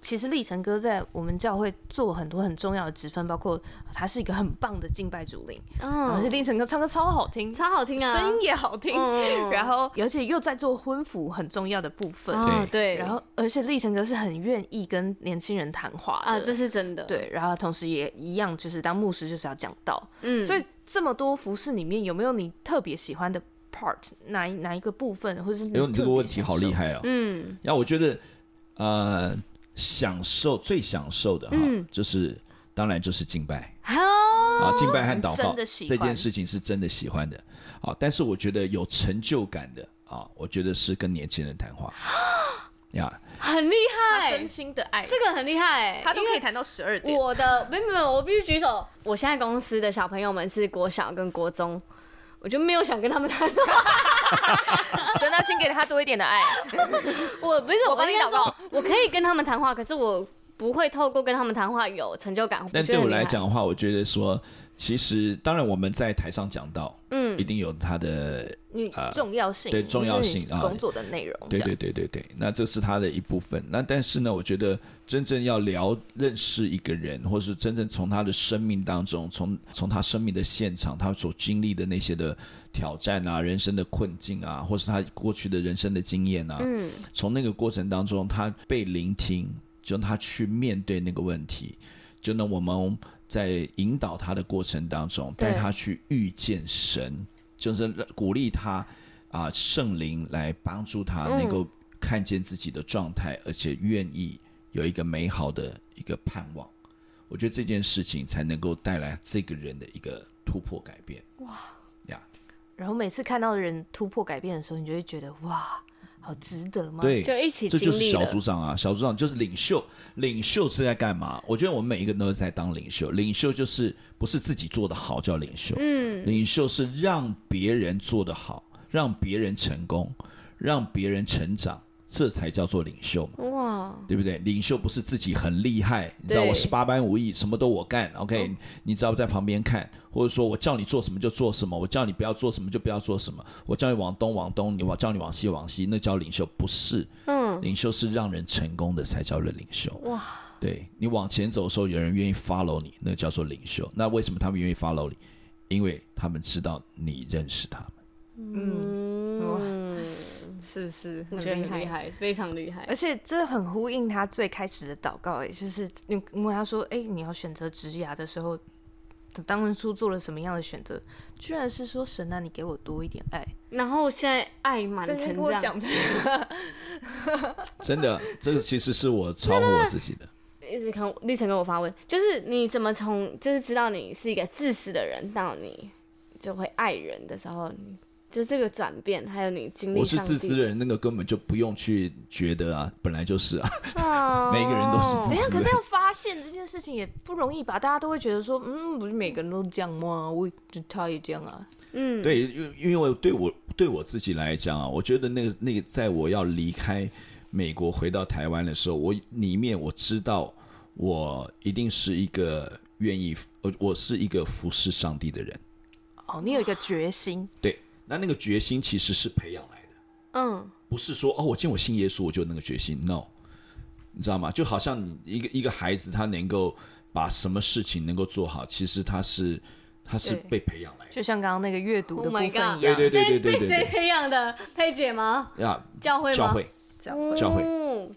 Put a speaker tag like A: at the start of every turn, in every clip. A: 其实立成哥在我们教会做很多很重要的职分，包括他是一个很棒的敬拜主领，而且
B: 嗯，
A: 立成哥唱歌超好听，
B: 超好听啊，
A: 声音也好听，
B: 嗯
A: 然后而且又在做婚服很重要的部分，
B: 哦对，
A: 呃然后而且立成哥是很愿意跟年轻人谈话的
B: 啊，这是真的，，
A: 呃对，然后同时也一样，就是当牧师就是要讲道，
B: 嗯，
A: 所以这么多服饰里面，有没有你特别喜欢的 part？哪一哪一个部分，或者是你
C: 哎呦，你这
A: 特
C: 个
A: 别
C: 问题
A: 享
C: 好
A: 受
C: 厉害哦。
B: 嗯
C: 然后我觉得，呃，享受最享受的哈，
B: 嗯
C: 就是当然就是敬拜
B: 好，
C: 啊，敬拜和祷告
A: 哦真的喜欢
C: 这件事情是真的喜欢的啊。但是我觉得有成就感的啊，我觉得是跟年轻人谈 话呀。
B: 很厉
A: 他
B: 害
A: 真，心的爱，
B: 这个很厉害，
A: 他都
B: 因为
A: 可以谈到十二点。
B: 我的没有没有，我必须举手。我现在公司的小朋友们是国小跟国中，我就没有想跟他们谈话。
A: 神啊，请给他多一点的爱。
B: 我不是，
A: 我
B: 我
A: 帮
B: 跟
A: 你
B: 你
A: 祷告
B: 说，我可以跟他们谈话，可是我不会透过跟他们谈话有成就感。
C: 但
B: 觉
C: 对
B: 得
C: 我
B: 很厉害
C: 来，讲的话，我觉得说，其实当然我们在台上讲到，
B: 嗯
C: 一定有它的
A: 你重要性，
C: 啊对重要性
A: 就是
C: 啊
A: 你工作的内容，
C: 对
A: 这
C: 对
A: 样
C: 对对对，那这是他的一部分。那但是呢，我觉得真正要聊认识一个人，或是真正从他的生命当中，从从他生命的现场，他所经历的那些的挑战啊，人生的困境啊，或是他过去的人生的经验啊，
B: 嗯，
C: 从那个过程当中，他被聆听，就他去面对那个问题，就呢，我们在引导他的过程当中，
B: 对
C: 带他去遇见神，就是鼓励他啊、圣灵来帮助他
B: 嗯
C: 能够看见自己的状态，而且愿意有一个美好的一个盼望。我觉得这件事情才能够带来这个人的一个突破改变。哇呀
A: 然后每次看到人突破改变的时候，你就会觉得哇，好值得吗？，
C: 对，
B: 就一起
C: 这
B: 经
C: 就是
B: 历
C: 小
B: 了。
C: 组长啊，小组长就是领袖，领袖是在干嘛？我觉得我们每一个人都是在当领袖，领袖就是不是自己做的好叫领袖，
B: 嗯，
C: 领袖是让别人做得好，让别人成功，让别人成长，这才叫做领袖嘛。
B: 哇，
C: 对不对？领袖不是自己很厉害，你知道
B: 对哦
C: 我十八般武艺，什么都我干。OK，、你只要在旁边看，或者说我叫你做什么就做什么，我叫你不要做什么就不要做什么，我叫你往东往东，你我叫你往西往西，那叫领袖不是。
B: 嗯，
C: 领袖是让人成功的才叫做领袖。
B: 哇，
C: 对你往前走的时候，有人愿意 follow 你，那叫做领袖。那为什么他们愿意 follow 你？因为他们知道你认识他们。
A: 嗯，
B: 嗯，
A: 是不是
B: 我觉得很厉？害，非常厉害
A: 而。且这很呼应他最开始的祷告，哎，就是你问他说，哎、你要选择职涯的时候，当初做了什么样的选择？居然是说神啊，你给我多一点爱，
B: 然后现在爱满
A: 真
B: 啊成这 样，
A: 成
C: 真的，这个其实是 我超乎我自己的。
B: 一直看我历程跟我发问，就是你怎么从就是知道你是一个自私的人，到你就会爱人的时候，你就这个转变，还有你经历
C: 我是
B: 上帝
C: 自私的人，那个根本就不用去觉得啊，本来就是啊。
B: 哦
C: 每个人都是自
A: 怎
C: 私
A: 样？可是要发现这件事情也不容易吧？大家都会觉得说，嗯，不是每个人都这样吗？我就他也这样啊。
B: 嗯，
C: 对，因为因为对我对我自己来讲啊，我觉得那个那个，在我要离开美国回到台湾的时候，我里面我知道我一定是一个愿意，我我是一个服侍上帝的人。
A: 哦，你有一个决心，
C: 对，那那个决心其实是培养来的。
B: 嗯，
C: 不是说哦，我今天我信耶稣，我就有那个决心。No，你知道吗？就好像你一个一个孩子，他能够把什么事情能够做好，其实他是他是
A: 对
C: 被培养来的。
A: 就像刚刚那个阅读的
B: Oh
A: 部分
B: my
A: 一样。
B: God
C: 对对对对对
B: 被
C: 对
B: 谁
C: 对
B: 培养的？佩姐吗？
C: 呀！
B: 教会吗？
C: 教会，
B: 哦，
C: 教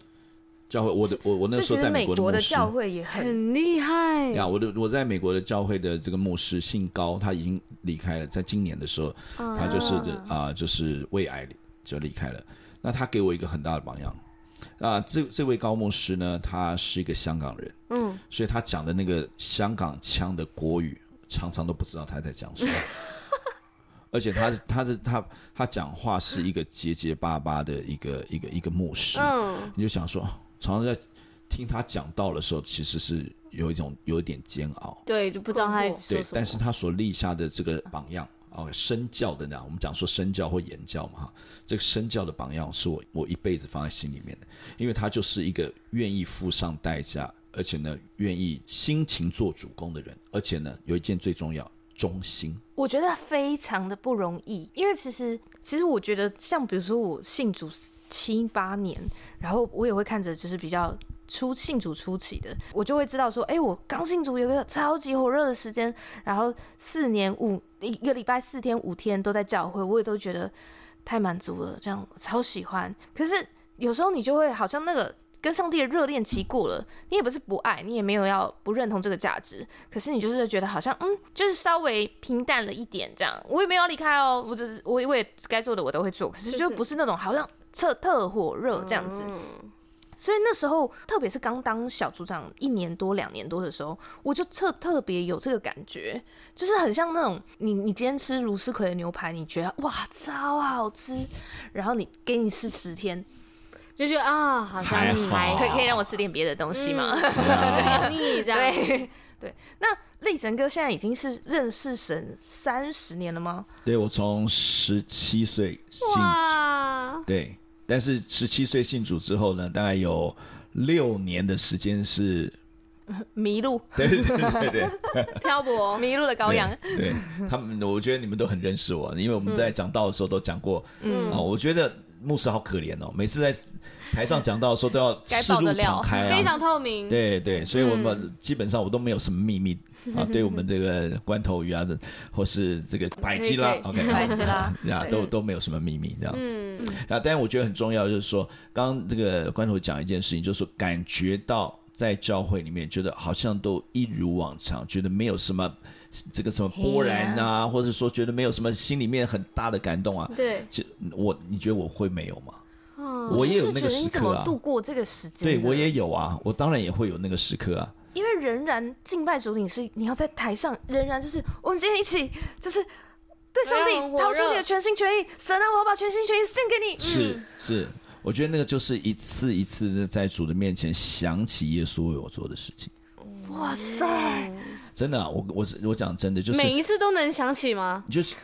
C: 教会，我的我我
A: 所
C: 那
A: 以
C: 时
A: 其
C: 候
A: 实
C: 在
A: 美
C: 国
A: 国
C: 牧
A: 的
C: 师
A: 教会也很
B: 很厉害。
C: 呀，我的我在美国的教会的这个牧师姓高，他已经离开了，在今年的时候，
B: 嗯
C: 他就是啊、就是胃癌就离开了。那他给我一个很大的榜样啊、这这位高牧师呢，他是一个香港人，
B: 嗯，
C: 所以他讲的那个香港腔的国语，常常都不知道他在讲 什么。而且他他的他他讲话是一个结结巴巴的一个一个一个牧师，
B: 嗯，
C: 你就想说，哦常常在听他讲到的时候，其实是有一种有一点煎熬。
B: 对，就不知道他在说什
C: 对
B: 么，
C: 但是他所立下的这个榜样啊、哦，身教的呢，我们讲说身教或言教嘛哈，这个身教的榜样是我我一辈子放在心里面的，因为他就是一个愿意付上代价，而且呢愿意辛勤做主公的人，而且呢有一件最重要，忠心。
A: 我觉得非常的不容易，因为其实其实我觉得，像比如说我信主七八年，然后我也会看着就是比较初信主初期的，我就会知道说，哎、我刚信主有个超级火热的时间，然后四年五一一个礼拜四天五天都在教会，我也都觉得太满足了，这样我超喜欢。可是有时候你就会好像那个跟上帝的热恋期过了，你也不是不爱，你也没有要不认同这个价值，可是你就是觉得好像嗯，就是稍微平淡了一点这样。我也没有要离开哦，我只是我我也该做的我都会做，可是
B: 就
A: 就是不是那种好像特特火热这样子。
B: 嗯
A: 所以那时候，特别是刚当小组长一年多、两年多的时候，我就特特别有这个感觉，就是很像那种你你今天吃茹丝葵的牛排，你觉得哇超好吃，然后你给你吃十天，
B: 就觉得啊，好像
C: 还
B: 嗯还
C: 好
A: 可以可以让
C: 哦
A: 我吃点别的东西吗？
B: 嗯腻这样，
A: 对对， 那立成哥现在已经是认识神三十年了吗？
C: 对我从十七岁信主，
B: 哇，
C: 对，但是十七岁信主之后呢，大概有六年的时间是，
A: 迷 路，
C: 对对对对，
B: 漂泊，
A: 迷路的羔羊，
C: 对对他们，我觉得你们都很认识我，因为我们在讲道的时候都讲过，嗯，啊，我觉得牧师好可怜哦，每次在台上讲道的时候都要
A: 该
C: 赤
A: 爆的
C: 露
A: 料
C: 敞开啊，
B: 非常透
A: 嗯
B: 明，
C: 对对，所以我们基本上我都没有什么秘密、啊， 对我们这个关头鱼啊，的，或是这个百基拉
B: 可
C: ，OK，
A: 百基 拉
C: 这样
A: 对
C: 都都没有什么秘密这样子。
B: 嗯，
C: 啊，但是我觉得很重要，就是说，刚刚这个关头讲一件事情，就是说感觉到在教会里面，觉得好像都一如往常，觉得没有什么这个什么波然啊，或者说觉得没有什么心里面很大的感动啊。
B: 对，
C: 就我，你觉得我会没有吗？
B: 嗯
C: 我也有那
A: 哦就是觉得
C: 个
A: 你
C: 时
A: 怎
C: 刻
A: 么
C: 啊。
A: 度过这个时间
C: 对
A: 的？
C: 我也有啊，我当然也会有那个时刻啊。
B: 嗯
A: 因为仍然敬拜主领是你要在台上，仍然就是我们今天一起就是对上
B: 哎呀很
A: 帝
B: 火
A: 掏出
B: 热
A: 你的全心全意，神啊，我要把全心全意献给你。
C: 是是，我觉得那个就是一次一次的在主的面前想起耶稣为我做的事情。
A: 哇塞，
C: 真的啊、我我我讲真的，就是
B: 每一次都能想起吗？
C: 你就是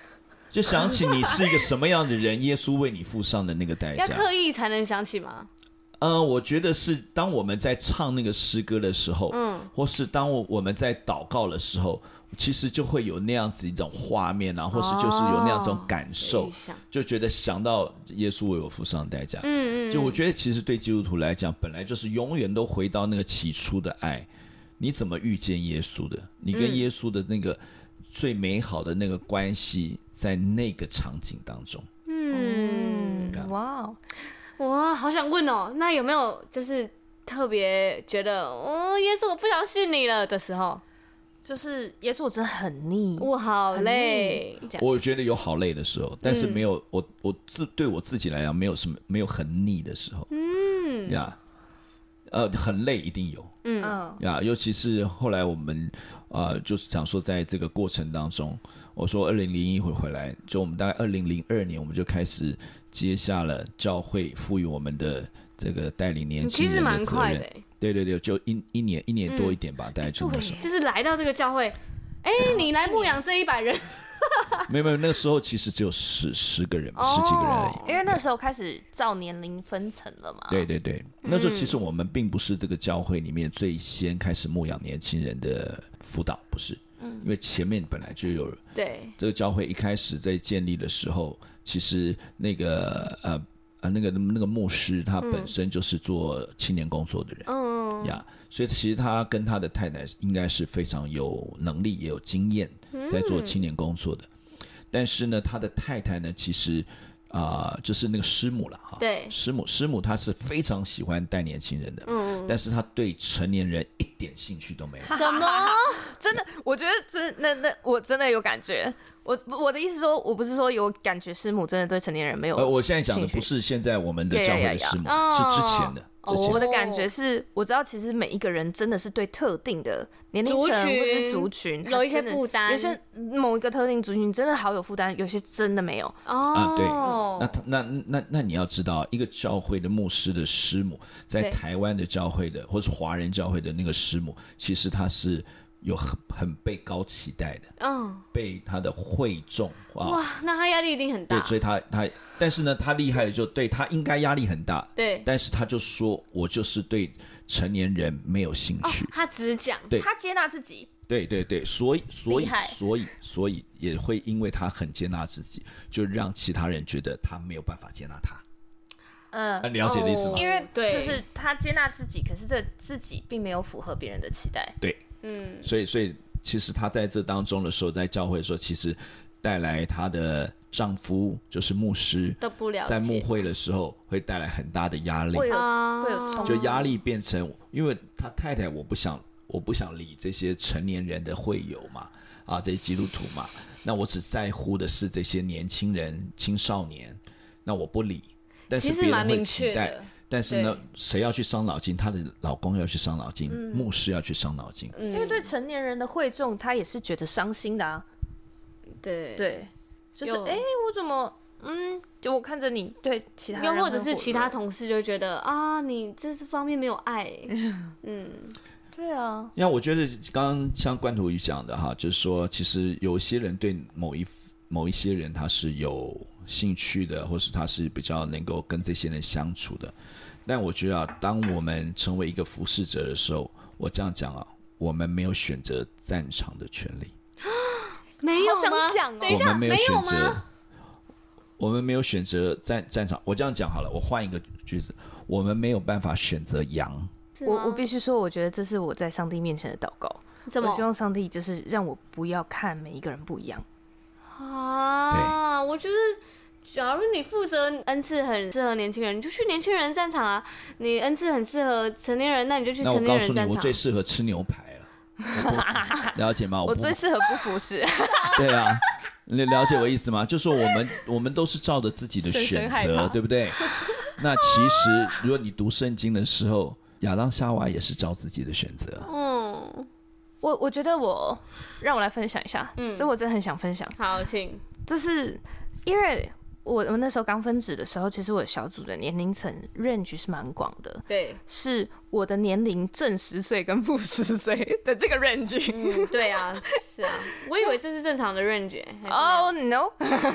C: 就想起你是一个什么样的人，耶稣为你付上的那个代
B: 要
C: 价。
B: 刻意才能想起吗？
C: 呃，我觉得是当我们在唱那个诗歌的时候，嗯，或是当我我们在祷告的时候，其实就会有那样子一种画面啊，或是就是有那样一种感受，
B: 可以想
C: 就觉得想到耶稣为我付上的代价，
B: 嗯嗯，
C: 就我觉得，其实对基督徒来讲，本来就是永远都回到那个起初的爱。你怎么遇见耶稣的？你跟耶稣的那个最美好的那个关系，在那个场景当中，
B: 嗯，
C: 嗯
A: 哇哦，
B: 哇，好想问哦，那有没有就是特别觉得，哦，耶稣，我不相信你了的时候，
A: 就是耶稣我真的很腻，
C: 嗯
B: 我好累，嗯这样
C: 我觉得有好累的时候，但是没有、我我自对我自己来讲，没有什么没有很腻的时候。嗯呀，呃，很累一定有，
A: 嗯，
C: 呀尤其是后来我们呃，就是想说，在这个过程当中，我说二零零一回回来，就我们大概二零零二年，我们就开始接下了教会赋予我们的这个带领年
B: 你
C: 轻
B: 其实
C: 人
B: 蛮
C: 的责
B: 快
C: 任。
B: 的哎欸，
C: 对对对，就一一年一年多一点吧，大概就那时候。
B: 就是来到这个教会，哎，你来牧养这一百人，
C: 没有没有，那个时候其实只有十十个人，
B: 哦
C: 十几个人而已。
A: 因为那时候开始照年龄分层了嘛。
C: 对，对对，
B: 嗯
C: 那时候其实我们并不是这个教会里面最先开始牧养年轻人的辅导，不是，
B: 嗯
C: 因为前面本来就有
B: 对，
C: 这个教会一开始在建立的时候，其实那个呃呃那个那个牧师他本身就是做青年工作的人、
B: 嗯，
C: 呀，所以其实他跟他的太太应该是非常有能力也有经验
B: 嗯
C: 在做青年工作的。但是呢，他的太太呢，其实啊、呃就是那个师母了哈。
B: 嗯对
C: 师母师母她是非常喜欢带年轻人的，嗯，但是她对成年人一点兴趣都 没有。
B: 什么？
A: 真的，我觉得真那那我真的有感觉。我我的意思说，我不是说有感觉师母真的对成年人没有
C: 呃，我现在讲的
A: 兴趣
C: 不是现在我们的
A: 呀
C: 教会
A: 呀
C: 的
A: 呀
C: 师母，
B: 哦
C: 是之前的，之前
A: 我
C: 的。
A: 的感觉是，我知道其实每一个人真的是对特定的年龄层
B: 族
A: 或
B: 群
A: 者是族群
B: 有一些
A: 他真的
B: 负担
A: 有些某一个特定族群真的好有负担，有些真的没有。
C: 啊，对，那
B: 哦，
C: 他那那那你要知道，一个教会的牧师的师母，在
B: 对
C: 台湾的教会的或是华人教会的那个师母，其实他是有很很被高期待的，
B: 嗯，
C: 被他的会众啊，
B: 哇，那他压力一定很
C: 对，
B: 大，
C: 所以他他，但是呢，他厉害的就对他应该压力很大，
B: 对，
C: 但是他就说我就是对成年人没有兴趣，
B: 他只讲，
C: 对
A: 他接纳自己，
C: 对对对，所以所以
A: 厉害
C: 所以所以也会因为他很接纳自己，就让其他人觉得他没有办法接纳他。
A: 嗯
C: 啊，了解的意思吗
A: 哦？
B: 因为对
A: 就是他接纳自己，可是这自己并没有符合别人的期待。
C: 对，
B: 嗯，
C: 所以所以其实她在这当中的时候，在教会的时候，其实带来她的丈夫就是牧师，
B: 都不了解
C: 在牧会的时候会带来很大的压力，
A: 会有
B: 啊
A: 会有冲
C: 就压力变成，因为他太太我不想我不想理这些成年人的会友嘛，啊，这些基督徒嘛，那我只在乎的是这些年轻人、青少年，那我不理，但是
B: 其
C: 别
B: 实蛮
C: 人会
B: 明
C: 期
B: 确
C: 待。
B: 的，
C: 但是呢
B: 对，嗯
C: 谁要去伤脑筋？她的老公要去伤脑筋，牧师要去伤脑筋。
A: 因为对成年人的会众，他也是觉得伤心的啊。
B: 对，
A: 对，就是
B: 又
A: 哎、诶我怎么嗯，就我看着你对其他人
B: 又
A: 很火热，
B: 或者是其他同事就会觉得啊，你这是方面没有 爱，
A: 对啊，
C: 因为我觉得刚刚像关图宇讲的哈，就是说，其实有些人对某一某一些人他是有兴趣的，或是他是比较能够跟这些人相处的。但我觉得啊，当我们成为一个服侍者的时候，我这样讲啊，我们没有选择战场的权利，
B: 没有
A: 好想
B: 吗？
A: 讲哦
B: 等一
C: 我
B: 下，
C: 们没
B: 没
C: 有
B: 有
C: 选择
B: 吗？，
C: 我们没有选择战战场。我这样讲好了，我换一个句子，我们没有办法选择羊。
B: 是啊
A: 我
B: 吗
A: 我必须说，我觉得这是我在上帝面前的祷告。
B: 怎么
A: 我希望上帝就是让我不要看每一个人不一样。哦
B: 啊，我觉得。假如你负责恩赐很适合年轻人，你就去年轻人战场啊；你恩赐很适合成年人，那你就去
C: 那我
B: 成年
C: 告诉
B: 人
C: 你，
B: 战
C: 我
B: 场。
C: 最适合吃牛排了。我 不了解吗？
A: 我
C: 哦不
A: 最适合不服侍，
C: 对啊，你了解我意思吗？就说我们我们都是照着自己的
A: 深深
C: 选
A: 害
C: 择，
A: 怕
C: 对不对？那其实如果你读圣经的时候，亚当夏娃也是照自己的选择。
B: 嗯，
A: 我我觉得我让我来分享一下，
B: 嗯
A: 这我真的很想分享。
B: 好，请
A: 这是因为我我那时候刚分职的时候，其实我的小组的年龄层 range 是蛮广的，
B: 对，
A: 是我的年龄正十岁跟负十岁的这个 range。
B: 嗯，对啊，是啊，我以为这是正常的 range 欸。还是
A: 哦、no！大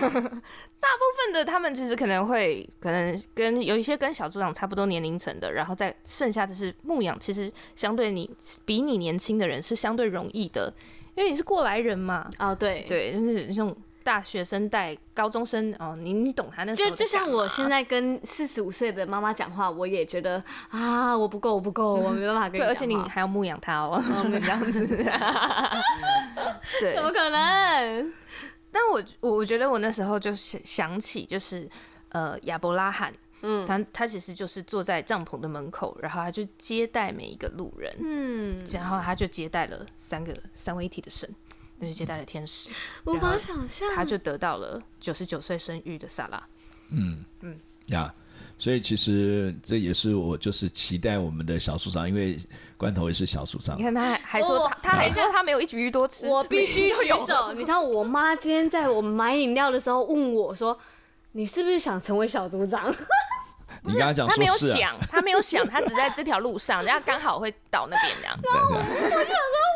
A: 部分的他们其实可能会，可能跟有一些跟小组长差不多年龄层的，然后再剩下的是牧养，其实相对你比你年轻的人是相对容易的，因为你是过来人嘛，
B: 哦，对，
A: 对，就是这种大学生带高中生哦，你你懂他那时候
B: 就
A: 在啊
B: 就像
A: 干嘛
B: 我现在跟四十五岁的妈妈讲话，我也觉得啊，我不够，我不够，我没办法跟
A: 对，
B: 你
A: 而且你
B: 讲话
A: 还要牧养他哦，这样子， 对
B: 怎，么可能？
A: 但我我我觉得我那时候就想想起就是呃亚伯拉罕，
B: 嗯
A: 他他其实就是坐在帐篷的门口，然后他就接待每一个路人，
B: 嗯，
A: 然后他就接待了三个三位一体的神，那就接待了天使，
B: 无
A: 然
B: 法
A: 后
B: 想象。
A: 他就得到了九十九岁生育的萨拉。
C: 呀所以其实这也是我就是期待我们的小组长，因为关头也是小组长
A: 你，看他还还说
B: 我
A: 他他还说他没有一鱼多吃，
B: 我必须
A: 就
B: 举
A: 有
B: 手。你知道，我妈今天在我买饮料的时候问我说：“你是不是想成为小组长
C: 你刚刚讲
A: 他
C: 说
A: 没有
C: 是啊，
A: 想，他没有想，他只在这条路上，人家刚好会到那边这样。
C: 对对？”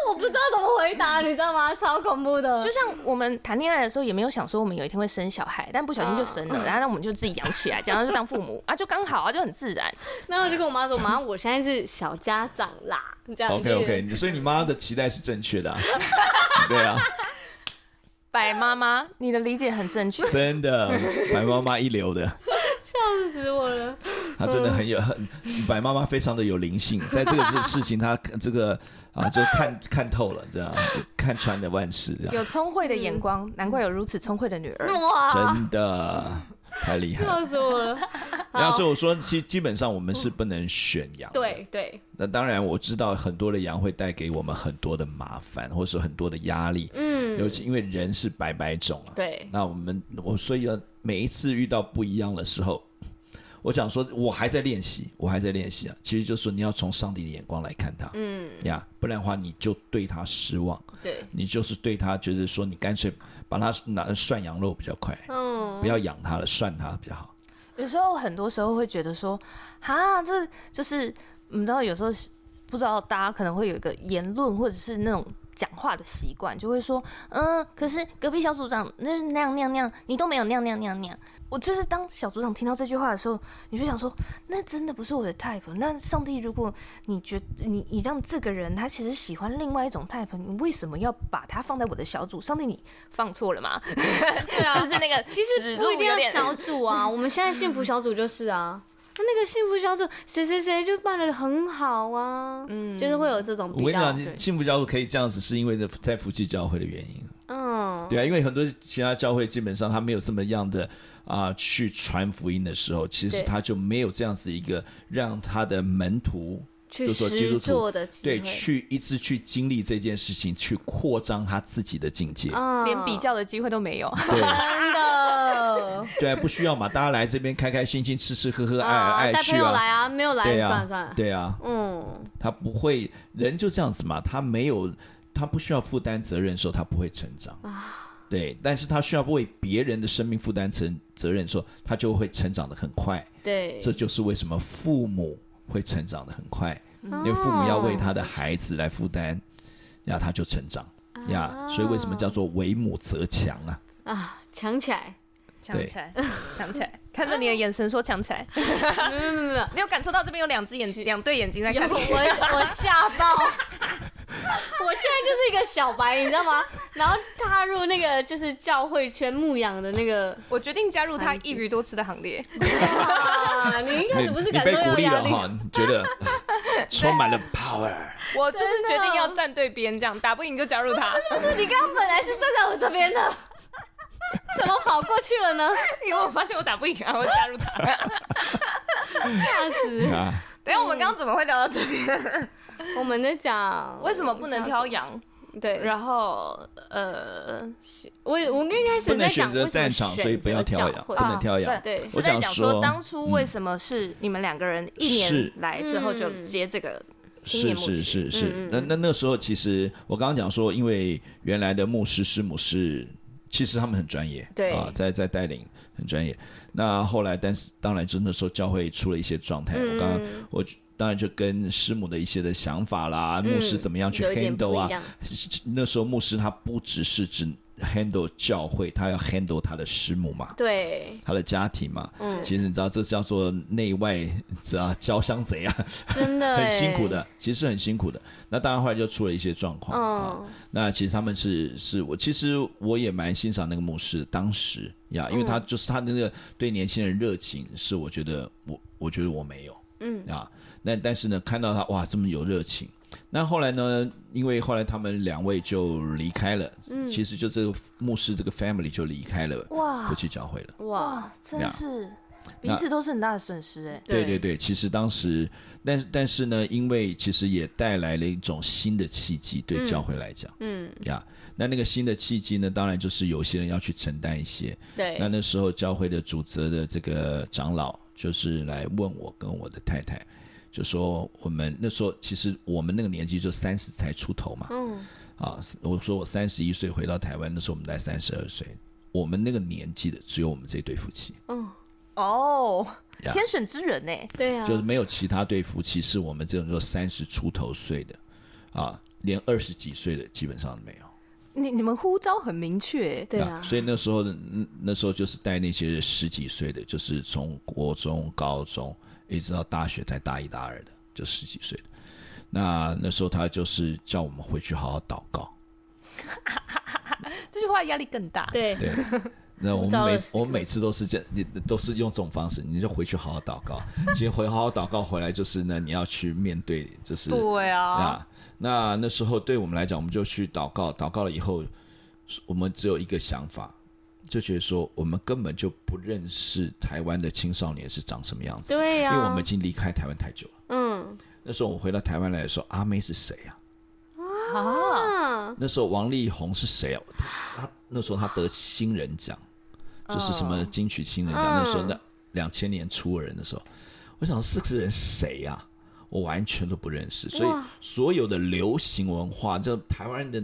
B: 我不知道怎么回答，你知道吗？超恐怖的。
A: 就像我们谈恋爱的时候，也没有想说我们有一天会生小孩，但不小心就生了，然后那我们就自己养起来，这样就当父母啊，就刚好啊，就很自然。
B: 然后我就跟我妈说：“妈，我现在是小家长啦。”这样子。
C: OK OK，所以你妈的期待是正确的、啊， 对啊，
A: 白妈妈，你的理解很正确。
C: 真的，白妈妈一流的。
B: 笑死我了。
C: 他真的
B: 嗯
C: 很有很，白妈妈非常的有灵性， 在这个事事情，他这个啊就看看透了，这样就看穿了万事，这样
A: 有聪慧的眼光，难怪有如此聪慧的女儿。
B: 哇，
C: 真的太厉害了。
B: 笑死我了。
C: 然后所以我说，基基本上我们是不能选羊。，
B: 对对，
C: 那当然我知道很多的羊会带给我们很多的麻烦，或者说很多的压力，
B: 嗯，
C: 尤其因为人是百百种啊。
B: 对
C: 那我们我所以要每一次遇到不一样的时候，我想说，我还在练习，我还在练习啊。其实就是说你要从上帝的眼光来看他，嗯呀，不然的话你就对他失望，
B: 对，
C: 你就是对他觉得说你干脆把他拿涮羊肉比较快，
B: 嗯，
C: 不要养他了，涮他比较好。
A: 有时候很多时候会觉得说，啊，这就是嗯你知道，有时候是不知道大家可能会有一个言论或者是那种讲话的习惯，就会说，嗯，可是隔壁小组长那是那样那样那样，你都没有那样那样那样那样。我就是当小组长听到这句话的时候，你就想说，那真的不是我的 type。那上帝，如果你觉你你让这个人他其实喜欢另外一种 type，你为什么要把他放在我的小组？上帝，你放错了吗？
B: 对
A: 是
B: 啊
A: 不。是那个指
B: 其
A: 路有点？
B: 实不一定要小组啊，我们现在幸福小组就是啊，那个幸福小组谁谁谁就办的很好啊，
A: 嗯
B: 就是会有这种
C: 我
B: 比
C: 跟你
B: 较
C: 讲，，你
A: 对
C: 幸福教会可以这样子，是因为呢在福气教会的原因。
B: 嗯，
C: 对啊，因为很多其他教会基本上他没有这么样的啊、去传福音的时候，其实
B: 对
C: 他就没有这样子一个让他的门徒
B: 去
C: 就说基督
B: 实
C: 徒
B: 做的机
C: 对
B: 会
C: 去一直去经历这件事情，去扩张他自己的境界。
B: 嗯
A: 连比较的机会都没有。
C: 对
B: 真的
C: 对啊，不需要嘛，大家来这边开开心心、吃吃喝喝、爱
B: 啊
C: 来爱
B: 带朋
C: 去
B: 友
C: 啊。
B: 来啊，没有来
C: 对
B: 算
C: 啊
B: 了算了，
C: 对啊，
B: 嗯，
C: 他不会，人就这样子嘛，他没有，他不需要负担责任的时候，他不会成长
B: 啊
C: 对，但是他需要为别人的生命负担承责任的时候，他就会成长的很快。
B: 对，
C: 这就是为什么父母会成长的很快，
B: 嗯
C: 因为父母要为他的孩子来负担，然后他就成长呀。所以为什么叫做为母则强啊？
B: 啊强起来，
A: 抢起 来，抢起来！看着你的眼神说抢起来，
B: 没有没有没有没有，
A: 你有感受到这边有两只眼睛，两对眼睛在
B: 有
A: 看你？
B: 我我吓到， 我现在就是一个小白，你知道吗？然后踏入那个就是教会圈牧羊的那个，
A: 我决定加入他一鱼多吃的行列。
B: 哇，啊你一开
C: 你
B: 始不是
C: 你
B: 感
C: 被
B: 受
C: 鼓
B: 到
C: 励
B: 压
C: 了
B: 力？
C: 哈，你觉得充 满了 power。
A: 我就是
B: 真的
A: 决定要站对边，这样打不赢就加入他，
B: 是你刚刚本来是站在我这边的， 怎么跑过去了呢？
A: 因为我发现我打不赢，然后加入他。
B: 吓死！
C: 啊，
A: 等一下我们刚刚怎么会聊到这边？
B: 我们在讲
A: 为什么不能挑？羊？
B: 对，
A: 然后呃，
B: 我我刚开始
C: 不能
B: 在讲
C: 选择
B: 为什么
C: 战场，所以不要挑
B: 选择
C: 羊，
B: 教会
C: 不能挑
A: 啊
C: 羊。
B: 对
A: 是
C: 我
A: 在
C: 想
A: 讲
C: 说嗯
A: 说当初为什么是你们两个人一
C: 是
A: 年来之后就
B: 嗯
A: 接这个青
C: 是
A: 年牧
C: 是
A: 师？
C: 是是
B: 嗯嗯，
C: 那那那时候其实我刚刚讲说，因为原来的牧师师母是，其实他们很专业，
B: 对
C: 啊，在在带领很专业。那后来，但是当然，就那时候教会出了一些状态，
B: 嗯
C: 我刚刚我当然就跟师母的一些的想法啦，牧师怎么样去
B: 嗯有一点
C: handle
B: 不
C: 啊
B: 一，样？
C: 那时候牧师他不只是只 handle 教会，他要 handle 他的师母嘛，
B: 对，
C: 他的家庭嘛。
B: 嗯，
C: 其实你知道，这叫做内外知道交相贼啊，
B: 真的
C: 很辛
B: 欸
C: 苦。的，其实很辛苦的。那当然后来就出了一些状况、啊。
B: 嗯，
C: 那其实他们是是我，其实我也蛮欣赏那个牧师当时呀，因为他就是他那个对年轻人热情，是我觉得我我觉得我没有，嗯啊，那但是呢，看到他哇这么有热情。那后来呢？因为后来他们两位就离开了，其实就这个牧师这个 family 就离开了
A: 哇
C: 夫妻教会了。
B: 哇，
A: 哇，真
C: 呀
A: 是彼
C: 那
A: 此都是很大的损失哎。
C: 对对对，其实当时，但是但是呢，因为其实也带来了一种新的契机，对教会来讲，嗯呀，那那个新的契机呢，当然就是有些人要去承担一些。
B: 对
C: 那那时候教会的主责的这个长老就是来问我跟我的太太，就说我们那时候其实我们那个年纪就三十才出头嘛，
B: 嗯，
C: 啊，我说我三十一岁回到台湾，那时候我们才三十二岁，我们那个年纪的只有我们这对夫妻。
A: 哦，
C: 呀
A: 天选之人欸呢？
B: 对啊，
C: 就是没有其他对夫妻是我们这种说三十出头岁的啊，连二十几岁的基本上没有。
A: 你你们呼召很明确，欸
B: 对
C: 那
B: 啊，
C: 所以那时候的嗯那时候就是带那些十几岁的，就是从国中、高中一直到大学才大一、大二的，就十几岁的。那那时候他就是叫我们回去好好祷告。
A: 这句话压力更大。
B: 对
C: 对，那我
B: 知道
C: 们每
B: 了是
C: 我们每次都是这样，你都是用这种方式，你就回去好好祷告。其实回好好祷告回来，就是呢，你要去面对，就是
A: 对啊，
C: 啊，那那时候对我们来讲，我们就去祷告，祷告了以后，我们只有一个想法，就觉得说我们根本就不认识台湾的青少年是长什么样子，
B: 对
C: 因
B: 啊，
C: 为我们已经离开台湾太久了。
B: 嗯
C: 那时候我回到台湾来的时候，阿妹是谁啊？
A: 啊，
B: 嗯
C: 那时候王力宏是谁啊？他他那时候他得新人奖，就是什么金曲新人奖。
B: 嗯
C: 那时候那两千年初的人的时候，我想这个人谁呀、我完全都不认识，所以所有的流行文化，就台湾的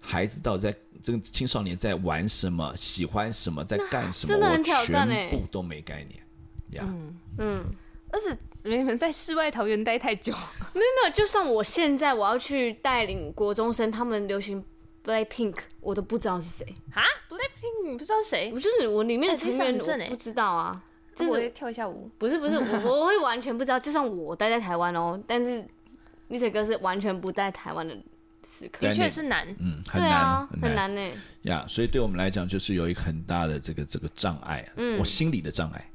C: 孩子到底在这个青少年在玩什么、喜欢什么、在干什么，
B: 真的很
C: 我
B: 挑战
C: 全
B: 欸
C: 部都没概念呀。
B: 嗯，
A: 而且你们在世外桃源待太久，
B: 没有没有，就算我现在我要去带领国中生，他们流行 Blackpink，我都不知道是谁，
A: 啊，BLACKPINK 你不知道谁
B: 我？就是我里面的成
A: 哎
B: 员
A: 其实很正
B: 我
A: 哎
B: 不知道啊，就
A: 我
B: 是
A: 也跳一下舞。
B: 不是不是，我我会完全不知道。就算我待在台湾哦，但是 n i s 哥是完全不在台湾的时刻。
A: 的
C: 对
A: 确是难，
C: 嗯，很
B: 对
C: 难，
B: 啊，
C: 难
B: 很难呢。
C: 啊
B: 嗯
C: 呀所以对我们来讲，就是有一个很大的这个这个障碍，我心理的障碍，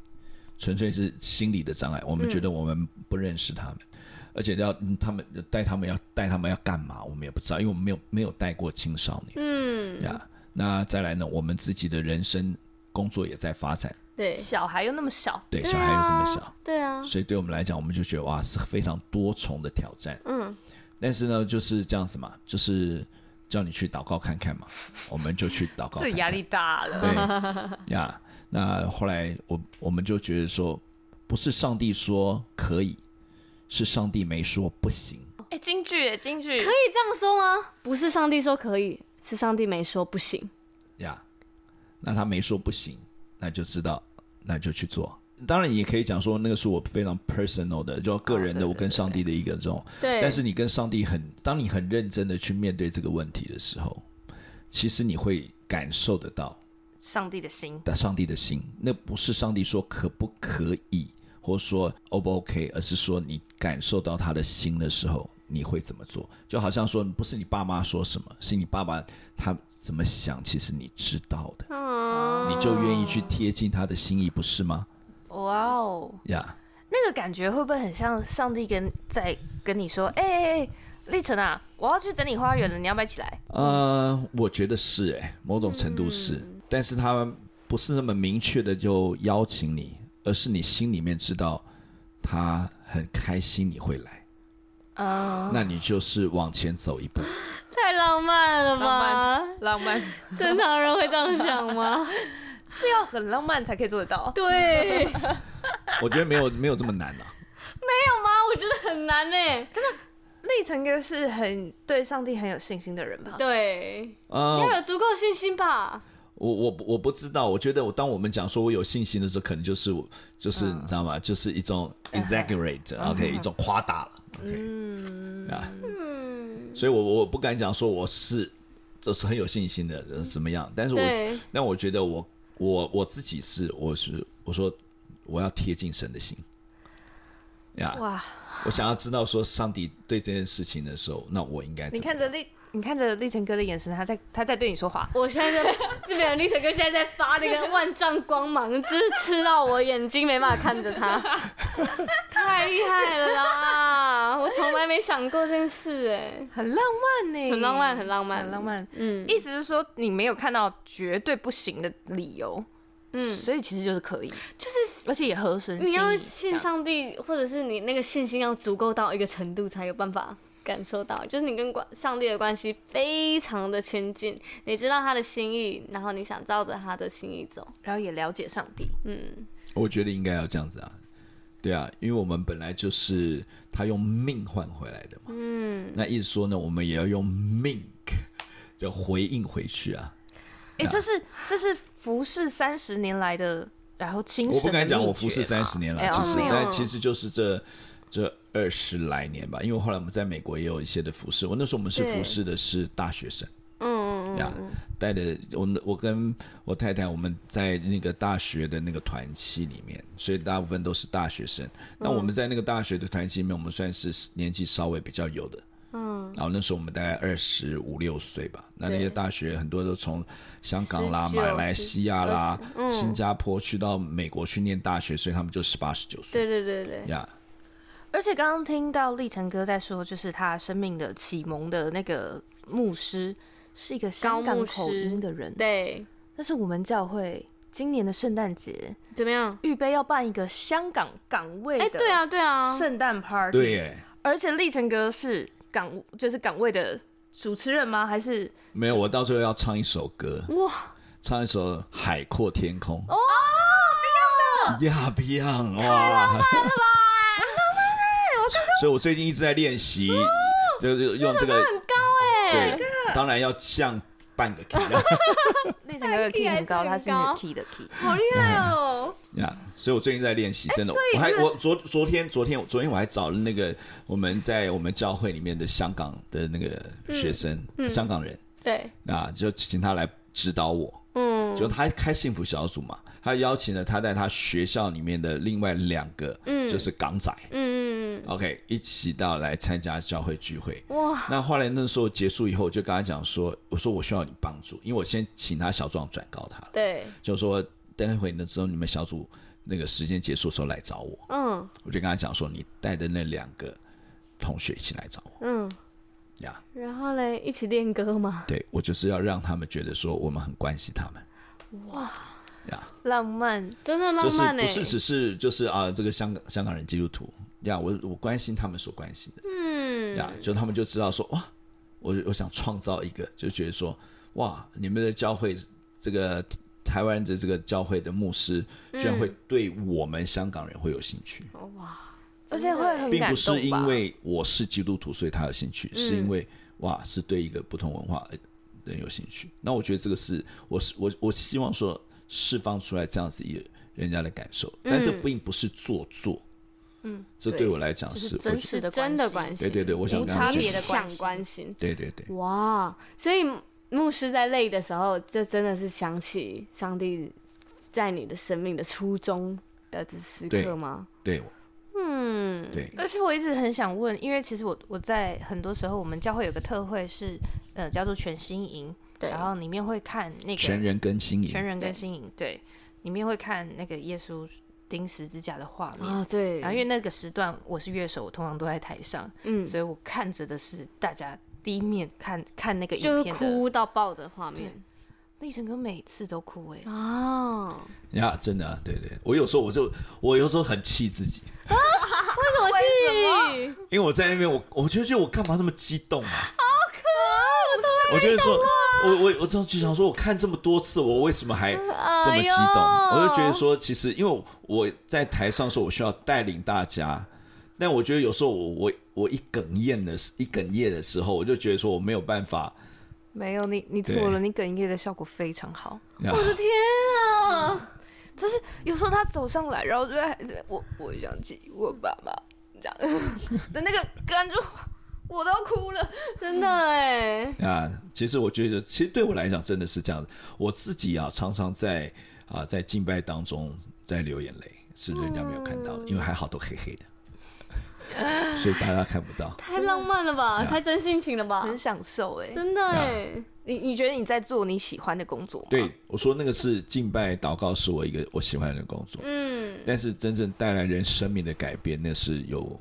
C: 纯粹是心理的
B: 嗯
C: 障碍。我们觉得我们不认识他们，而且要嗯他们带他们要带他们要干嘛，我们也不知道，因为我们没有没有带过青少年
B: 嗯，
C: 呀。那再来呢，我们自己的人生工作也在发展，
B: 对，
A: 小孩又那么小，
C: 对
B: 对
C: 小孩又这么小，
B: 啊，对啊，
C: 所以对我们来讲，我们就觉得哇是非常多重的挑战。
B: 嗯，
C: 但是呢，就是这样子嘛，就是叫你去祷告看看嘛，我们就去祷告看看。
D: 这压力大了。
C: 对呀，那后来我我们就觉得说，不是上帝说可以，是上帝没说不行。
D: 哎，京剧，京剧
B: 可，以这样说吗？不是上帝说可以，是上帝没说不行。
C: 呀，那他没说不行，那就知道，那就去做。当然，你也可以讲说，那个是我非常 personal 的，就个人的，
D: 哦对
C: 我跟
D: 对
C: 上帝的一个这种。
B: 对，
C: 但是你跟上帝很，当你很认真的去面对这个问题的时候，其实你会感受得到
A: 上帝的心，
C: 的上帝的心，那不是上帝说可不可以，或者说 O 不 OK，而是说你感受到他的心的时候，你会怎么做？就好像说，不是你爸妈说什么，是你爸爸他怎么想，其实你知道的，
B: 嗯，
C: 你就愿意去贴近他的心意，不是吗？
A: 哇哦，
C: 呀、
A: 那个感觉会不会很像上帝跟在跟你说，哎哎哎，立成啊，我要去整理花园了，你要不要一起来？
C: 呃，我觉得是哎、某种程度是，但是他不是那么明确的就邀请你，而是你心里面知道他很开心你会来，
A: 嗯，
C: 那你就是往前走一步。
B: 太浪漫了
D: 浪
B: 吧？
D: 漫浪 漫，
B: 正常人会这样想吗？
D: 这要很浪漫才可以做得到。
B: 对，没有
C: 我觉得没有没有这么难啊。
B: 吗？我觉得很难欸呢。
D: 历程哥是很对上帝很有信心的人吧？
B: 对，要
C: 呃，
B: 有足够信心吧。
C: 我我不我不知道，我觉得我当我们讲说我有信心的时候，可能就是我就是、你知道吗？就是一种 exaggerate，OK，、一种夸大了，OK，、啊，
B: 嗯，
C: 所以我我不敢讲说我是就是很有信心的人怎么样，但是我
B: 对，
C: 但我觉得我我我自己是我是我说我要贴近神的心。呀、
D: 哇，
C: 我想要知道说上帝对这件事情的时候，那我应该怎
D: 你
C: 么
D: 看
C: 样
D: 着历，你看着历程哥的眼神，他在他在对你说话。
B: 我现在 在这边的立成哥现在在发那个万丈光芒，就是吃到我眼睛没办法看着 他，太厉害了啦！我从来没想过这件事哎，
D: 很浪漫呢、
B: 很浪漫，很浪漫，
D: 很浪。漫。
B: 嗯
D: 意思是说，你没有看到绝对不行的理由，
B: 嗯，
D: 所以其实就是可以，
B: 就是
D: 而且也合神心意。
B: 你要
D: 这
B: 信
D: 样
B: 上帝，或者是你那个信心要足够到一个程度，才有办法感受到，就是你跟关上帝的关系非常的亲近，你知道他的心意，然后你想照着他的心意走。
D: 然后也了解上帝。
B: 嗯，
C: 我觉得应该要这样子啊，对啊，因为我们本来就是他用命换回来的嘛。嗯，那意思说呢，我们也要用命就回应回去啊。
D: 哎、这是这是服侍三十年来的，然后亲
C: 我不
D: 神的
C: 敢讲
D: 秘
C: 我服侍
D: 诀嘛
C: 三十年了，
D: 哎
C: 其
D: 哦
C: 实
B: 啊没有
C: 但其实就是这这二十来年吧，因为后来我们在美国也有一些的服侍，我那时候我们是
B: 对
C: 服侍的是大学生。
B: 嗯
C: 呀，带着我我跟我太太，我们在那个大学的那个团期里面，所以大部分都是大学生。那
B: 嗯
C: 我们在那个大学的团期里面，我们算是年纪稍微比较有的。嗯，然后那时候我们大概二十五六岁吧，那那些
B: 对
C: 大学很多都从香港啦、
B: 19
C: 马来西亚啦、
B: 嗯
C: 新加坡去到美国去念大学，所以他们就十八十九岁
B: 对对对对，
C: 呀。
A: 而且刚刚听到立成哥在说，就是他生命的启蒙的那个牧师是一个香
B: 高
A: 港
B: 牧师
A: 口音的人，
B: 对，
A: 但是我们教会今年的圣诞节
B: 怎么样？
A: 预备要办一个香港岗位
B: 哎、
A: 的
B: 对啊，对啊，
A: 圣诞 party，、
C: 对耶，
A: 而且立成哥是岗就是岗位的主持人吗？还是
C: 没有，我到最后要唱一首歌，
B: 哇，
C: 唱一首《海阔天空》哦，Beyond 的呀 Beyond，哇，所以，我最近一直在练习，就是用这哦个很高哎、对，当然要降半个 key 呀
A: 立成哥的 key 很高，他是
B: 哎还是很
A: 女
B: 高
A: key 的 key。
B: 好厉害哦！
C: 呀，啊所以我最近在练习，真的，
B: 哎所以
C: 我还
B: 这
C: 我昨昨天昨天昨天我还找了那个我们在我们教会里面的香港的那个
B: 嗯
C: 学生，香港人
B: 对，
C: 啊，就请他来指导我，
B: 嗯，
C: 就他开幸福小组嘛，他邀请了他在他学校里面的另外两个，嗯，就是港仔，
B: 嗯，
C: OK，一起到来参加教会聚会。
B: 哇，
C: 那后来那时候结束以后，我就跟他讲说，我说我需要你帮助，因为我先请他小壮转告他，
B: 对，
C: 就说待会那之后你们小组那个时间结束的时候来找我，
B: 嗯
C: 我就跟他讲说，你带的那两个同学一起来找我
B: 嗯，
C: 呀。
B: 然后嘞，一起练歌嘛，
C: 对我就是要让他们觉得说我们很关心他们。哇呀，
D: 浪漫，
B: 真的
C: 就
B: 浪
C: 是
B: 漫哎、
C: 不是只是就是啊，这个香港香港人基督徒呀，我我关心他们所关心的。
B: 嗯，
C: 呀，就他们就知道说哇，我我想创造一个，就觉得说哇，你们的教会这个台湾的这个教会的牧师，居
B: 嗯
C: 然会对我们香港人会有兴趣，
A: 而且会很
C: 并
A: 感
C: 不
A: 动
C: 是因
A: 吧？
C: 为我是基督徒所以他有兴趣，是因为哇是对一个不同文化呃人有兴趣。那我觉得这个是我是我我希望说释放出来这样子一个人家的感受，但这并不是做作，嗯，这对我来讲
D: 就是
C: 是我
D: 真
C: 是
D: 实
B: 是
D: 的
B: 真的
D: 关
B: 关系，
C: 对对对，我想
D: 无
C: 跟他
B: 差
C: 们
D: 差
B: 别
C: 解
D: 别
B: 的
D: 的
C: 释，
B: 想关
D: 关
B: 心。
C: 对对对。
B: 哇，所以牧师在累的时候，就真的是想起上帝在你的生命的初衷的这时
C: 对
B: 刻吗？
C: 对
B: 嗯，
C: 对，
A: 而且我一直很想问，因为其实我我在很多时候，我们教会有个特会是，呃，叫做全新营，
B: 对
A: 然后里面会看那个
C: 全人跟新
A: 全
C: 营，
A: 人
B: 对
A: 跟新营，对，里面会看那个耶稣钉十字架的画面。
B: 啊，对，
A: 然后因为那个时段我是乐手，我通常都在台上，
B: 嗯，
A: 所以我看着的是大家第一面看看那个
B: 就
A: 影
B: 是
A: 片的。
B: 哭到爆的画面
A: 立成哥每次都哭哎、
B: 哦。
C: 呀，真的、啊，对对，我有时候我就我有时候很气自己，
B: 为什么气？
C: 因为我在那边我我就觉得我干嘛那么激动啊？好可爱，我就是说，我我我就就想说，我看这么多次，我为什么还这么激动？
B: 哎呦
C: 我就觉得说，其实因为我在台上的时候，我需要带领大家。但我觉得有时候我我我一哽咽的时一哽咽的时候，我就觉得说我没有办法，
A: 没有你，你
C: 对
A: 错了，你哽咽的效果非常好。
C: 呀
B: 天啊！
A: 就是有时候他走上来，然后就在这边我我想起我爸爸这样的那个感觉，我都要哭了。
B: 真的哎，
C: 啊，其实我觉得，其实对我来讲真的是这样子。我自己啊，常常在啊在敬拜当中在流眼泪，是人家没有看到的，因为还好都黑黑的，所以大家看不到。
B: 太浪漫了吧，
C: 呀
B: 太真性情了吧，
A: 很享受哎、
B: 真的哎，
A: 你你觉得你在做你喜欢的工作吗？
C: 对，我说那个是敬拜祷告，是我一个我喜欢的工作。
B: 嗯，
C: 但是真正带来人生命的改变，那是有，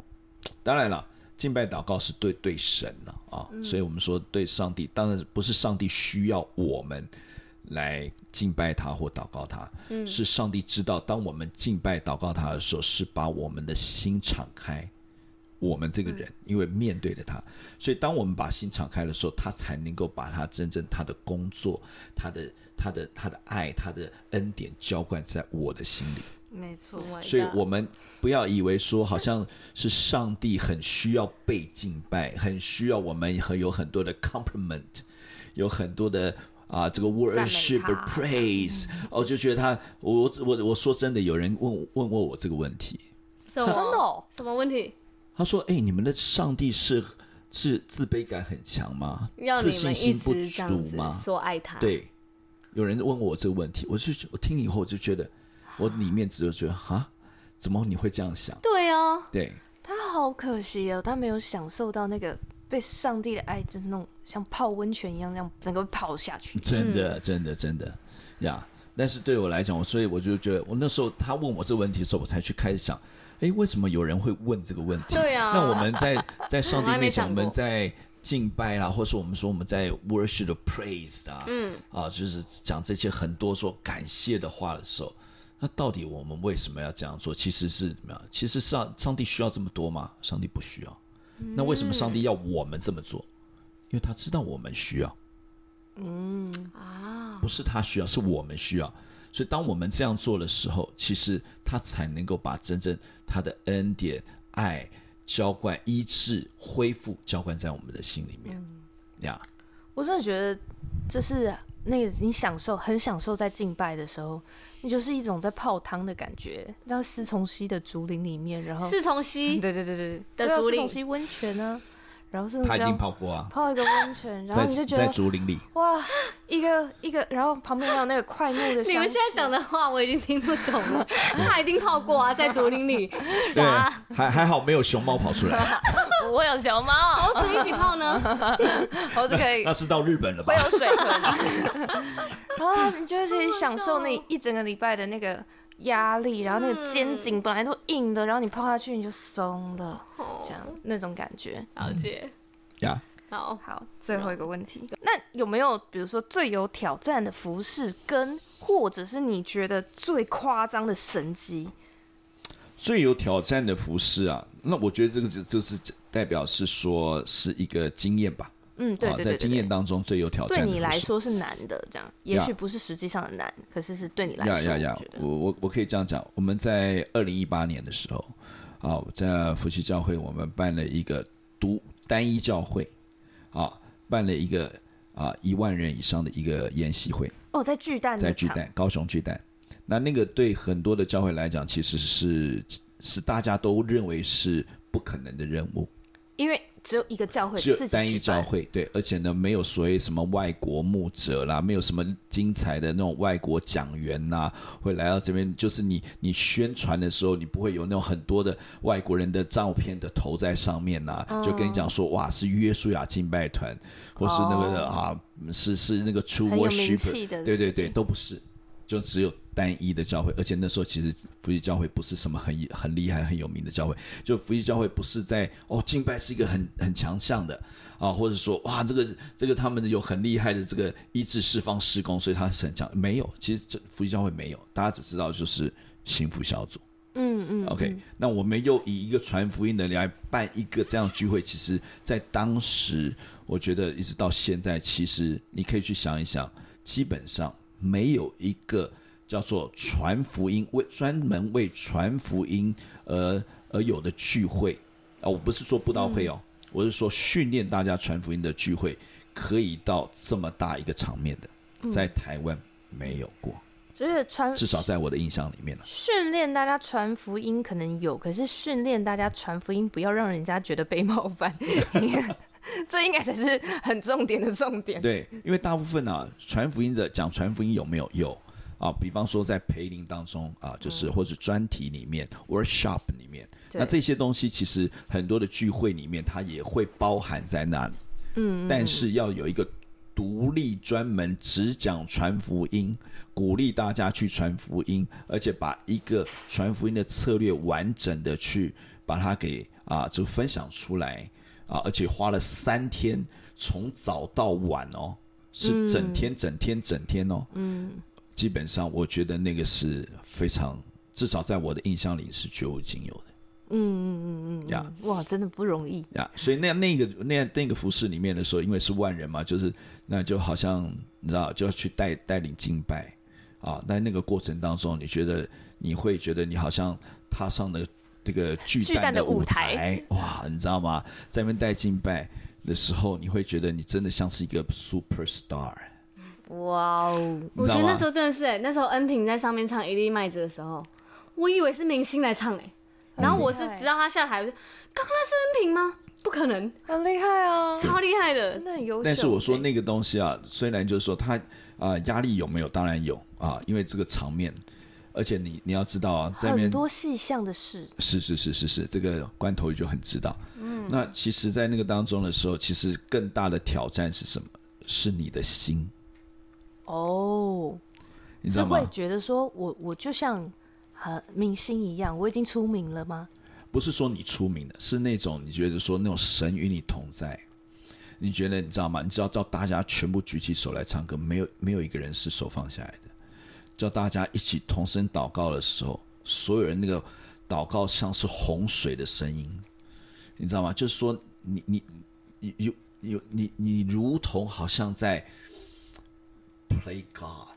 C: 当然了。敬拜祷告是对对神了啊所以我们说对上帝，当然不是上帝需要我们来敬拜他或祷告他，是上帝知道，当我们敬拜祷告他的时候，是把我们的心敞开，我们这个人，因为面对着他，所以当我们把心敞开的时候，他才能够把他真正他的工作、他的、他的、他的爱、他的恩典浇灌在我的心里。
A: 没错，
B: Oh
C: 所以我们不要以为说好像是上帝很需要被敬拜，很需要我们很有很多的 compliment，有很多的啊、这个 worship
A: 赞美他
C: praise，哦，
B: 嗯
C: 就觉得他我我我说真的，有人问问过我这个问题，
B: 什么？
D: 真的哦
B: 什么问题？
C: 他说：“哎，你们的上帝是是自卑感很强吗？
B: 让
C: 自
B: 你们
C: 信
B: 一
C: 心不
B: 直这
C: 足
B: 样子
C: 吗？
B: 说爱他，，
C: 对，有人问我这个问题，我就我听以后我就觉得，我里面只有觉得哈，怎么你会这样想？
B: 对哦，
C: 对。”
A: 他好可惜哦，他没有享受到那个被上帝的爱，就是那种像泡温泉一样，那样整个泡下去。
C: 真
B: 嗯
C: 的，真的，真的呀！但是对我来讲，我所以我就觉得，我那时候他问我这个问题的时候，我才去开始想，诶，为什么有人会问这个问题？
B: 对啊
C: 那我们在在上帝
B: 我还没
C: 面前，
B: 想
C: 我
B: 过
C: 们在敬拜啦，或者说我们说我们在 worship 的 praise 啊，嗯，啊，就是讲这些很多说感谢的话的时候。那到底我们为什么要这样做？其实是怎么样？其实上上帝需要这么多吗？上帝不需要。那为什么
B: 嗯
C: 上帝要我们这么做？因为他知道我们需要。
B: 嗯
C: 不是他需要，是我们需要。所以当我们这样做的时候，其实他才能够把真正他的恩典、爱、浇灌、医治、恢复浇灌在我们的心里面
A: 嗯
C: 呀。
A: 我真的觉得，就是那个你享受，很享受在敬拜的时候，你就是一种在泡汤的感觉，到思从溪的竹林里面，然后
B: 是从西
A: 对对对对
B: 的
A: 对啊
B: 竹
A: 四
B: 林
A: 重溪温泉呢、然后是
C: 他已经泡过啊，
A: 泡一个温泉，然后
C: 在
A: 你就觉
C: 在
A: 得
C: 竹林里，
A: 哇，一个一个，然后旁边还有那个快木的香气。
B: 你们现在讲的话我已经听不懂 了，他一定泡过啊，在竹林里，
C: 对
B: 啥？，
C: 还还好没有熊猫跑 出来，
D: 我有熊猫，
B: 猴子一起泡呢？
D: 猴子可以
C: 那是到日本了吧
D: 会？有水豚，
A: 然后你就会去享受那一整个礼拜的那个压力，然后那个肩
B: 嗯
A: 颈本来都硬的，然后你泡下去你就松了，
B: 哦
A: 这样那种感觉。
B: 了解，
C: 呀，
B: 好，
A: 好，最后一个问题，那有没有比如说最有挑战的服饰跟，或者是你觉得最夸张的神机？
C: 最有挑战的服饰啊，那我觉得这个就就是代表是说是一个经验吧，
A: 嗯，对
C: 啊
A: 对
C: 在
A: 对
C: 经
A: 对
C: 验
A: 对，
C: 当中最有挑战
A: 对
C: 的服饰。
A: 你来说是难的，这样也
C: 呀
A: 许不是实际上的难，可是是对你来
C: 呀
A: 说，
C: 呀
A: 我
C: 呀
A: 觉！得
C: 我我我可以这样讲，我们在二零一八年的时候，啊，在夫妻教会我们办了一个独单一教会，啊，办了一个啊一万人以上的一个研习会，
A: 哦，在巨蛋
C: 在
A: 的
C: 巨
A: 场，
C: 蛋，高雄巨蛋。那那个对很多的教会来讲，其实是是大家都认为是不可能的任务，
A: 因为只有一个教会，
C: 只有
A: 自己
C: 单一
A: 举
C: 教
A: 办，
C: 会，对，而且呢，没有所谓什么外国牧者啦，没有什么精彩的那种外国讲员呐、会来到这边，就是你你宣传的时候，你不会有那种很多的外国人的照片的头在上面呐、
A: 哦
C: 就跟你讲说，哇，是约书亚敬拜团，或是那个、
A: 哦
C: 啊，是是那个 True
A: 很有名
C: Worship，
A: 气的，
C: 对对对，，都不是，就只有单一的教会，而且那时候其实福音教会不是什么很很厉害、很有名的教会，就福音教会不是在哦敬拜是一个很很强项的啊，或者说哇这个这个他们有很厉害的这个医治释放施工，所以他是很强，没有，其实这福音教会没有，大家只知道就是幸福小组。
A: 嗯嗯
C: OK，、那我们又以一个传福音的来办一个这样的聚会，其实，在当时，我觉得一直到现在，其实你可以去想一想，基本上没有一个叫做传福音为专门为传福音而而呃有的聚会啊、我不是说布道会哦，
A: 嗯
C: 我是说训练大家传福音的聚会，可以到这么大一个场面
A: 嗯
C: 的，在台湾没有过，
A: 就是穿
C: 至少在我的印象里面了。啊
A: 训练大家传福音可能有，可是训练大家传福音，不要让人家觉得被冒犯， 这应该才是很重点的重点。
C: 对，因为大部分啊，传福音的讲传福音有没有有啊？比方说在培灵当中啊，就是或者专题里面、workshop 里面，
A: 对
C: 那这些东西其实很多的聚会里面，它也会包含在那里。嗯，但是要有一个独立专门只讲传福音，鼓励大家去传福音，而且把一个传福音的策略完整的去把它给啊就分享出来啊，而且花了三天，从早到晚哦，是整天整天整天哦，嗯，基本上我觉得那个是非常，至少在我的印象里是绝无仅有的。嗯嗯嗯嗯，呀、
A: 哇，真的不容易。
C: 呀啊所以那那个那那个服饰里面的时候，因为是万人嘛，就是那就好像你知道，就要去带带领敬拜啊。那那个过程当中，你觉得你会觉得你好像踏上了这个巨
A: 巨
C: 蛋
A: 蛋的
C: 舞
A: 舞台
C: 哇，你知道吗？在那边带敬拜的时候，你会觉得你真的像是一个 super star，
A: 哇哦，
C: 你
B: 我
C: 知
B: 觉得
C: 道
B: 那
C: 吗
B: 时？候真的是哎、那时候恩平在上面唱《一粒麦子》的时候，我以为是明星来唱哎、然后我是直到他下台，我就刚刚那是恩平吗？不可能，
A: 很厉害啊，
B: 超厉害的
A: 真，的很优秀。
C: 但是我说那个东西啊，虽然就是说它啊、压力有没有？当然有啊，因为这个场面，而且你你要知道啊，在那
A: 很
C: 边
A: 多细项的事，
C: 是是是是是，这个关头就很知道。嗯，那其实，在那个当中的时候，其实更大的挑战是什么？是你的心，
A: 哦，
C: 你知
A: 是
C: 道
A: 会
C: 吗？
A: 觉得说我我就像很明星一样，我已经出名了吗？
C: 不是说你出名的，是那种你觉得说那种神与你同在，你觉得你知道吗？你知道叫大家全部举起手来唱歌，没有没有一个人是手放下来的。叫大家一起同声祷告的时候，所有人那个祷告像是洪水的声音，你知道吗？就是说你你你有有你你如同好像在 play God，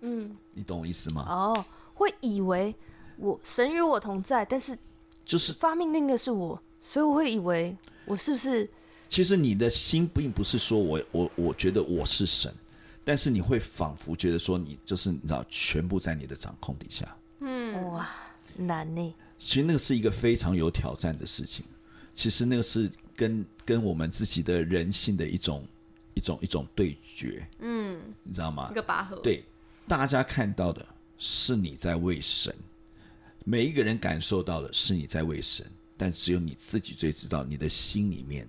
C: 嗯，你懂我意思吗？
A: 哦，会以为我神与我同在，但是
C: 就是
A: 发命令的是我，所以我会以为我是不是
C: 其实你的心并不是说我我我觉得我是神，但是你会仿佛觉得说你就是你知道全部在你的掌控底下。
A: 哇难呢？
C: 其实那个是一个非常有挑战的事情。其实那个是跟跟我们自己的人性的一种一种一种对决，嗯，你知道吗
B: 一？个拔河。，
C: 对，大家看到的是你在为神，每一个人感受到的是你在为神，但只有你自己最知道你的心里面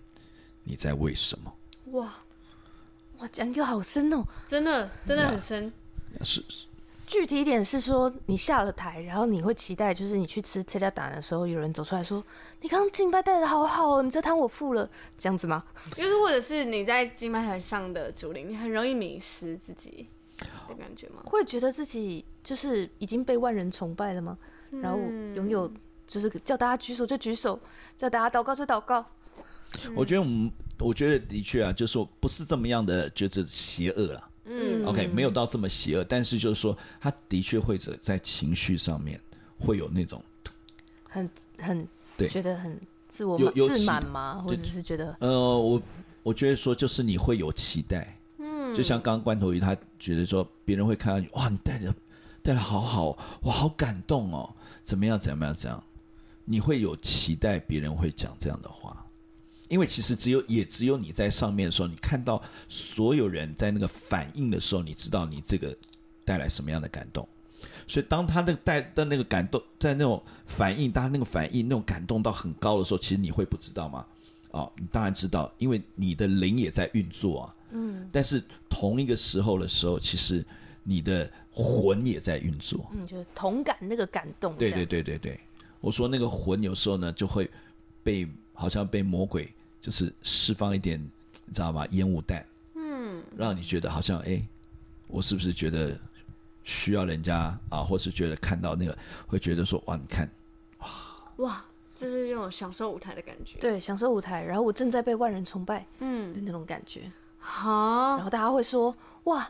C: 你在为什么。
B: 哇，
A: 哇，讲究好深哦，
B: 真的真的很深。
C: 是
A: 具体一点是说，你下了台，然后你会期待，就是你去吃切家蛋的时候，有人走出来说：“你刚刚敬拜带的好好哦，你这摊我付了。”这样子吗？
B: 就是或者是你在金牌台上的竹林，你很容易迷失自己的感觉吗？
A: 会觉得自己就是已经被万人崇拜了吗？
D: 嗯
A: 然后拥有就是叫大家举手就举手，叫大家祷告就祷告，
C: 我觉得我们，我觉得的确啊，就是说不是这么样的，就是邪恶了。
B: 嗯
C: OK，没有到这么邪恶，但是就是说，他的确会在在情绪上面会有那种，
A: 很很
C: 对
A: 觉得很自我
C: 有
A: 满
C: 有
A: 自
C: 喜
A: 满吗？或
C: 对
A: 者是觉得
C: 呃，我我觉得说就是你会有期待，嗯，就像刚刚关头鱼，他觉得说别人会看到你，哇，你带的带的好好，哇，好感动哦，怎么样，怎么样，怎么样，你会有期待别人会讲这样的话，因为其实只有也只有你在上面的时候，你看到所有人在那个反应的时候，你知道你这个带来什么样的感动。所以，当他那个带的那个感动，在那种反应，他那个反应那种感动到很高的时候，其实你会不知道吗？哦，你当然知道，因为你的灵也在运作啊。嗯。但是同一个时候的时候，其实你的魂也在运作。
A: 嗯，就是同感那个感动这
C: 对
A: 样。
C: 对对对对，我说那个魂有时候呢就会被好像被魔鬼就是释放一点，你知道吗？烟雾弹，嗯，让你觉得好像哎，我是不是觉得需要人家啊，或是觉得看到那个会觉得说哇，你看
B: 哇，这是那种享受舞台的感觉。，
A: 对，享受舞台，然后我正在被万人崇拜
B: 嗯，
A: 的那种感觉，
B: 好
D: 哦
A: 然，后大家会说：“哇，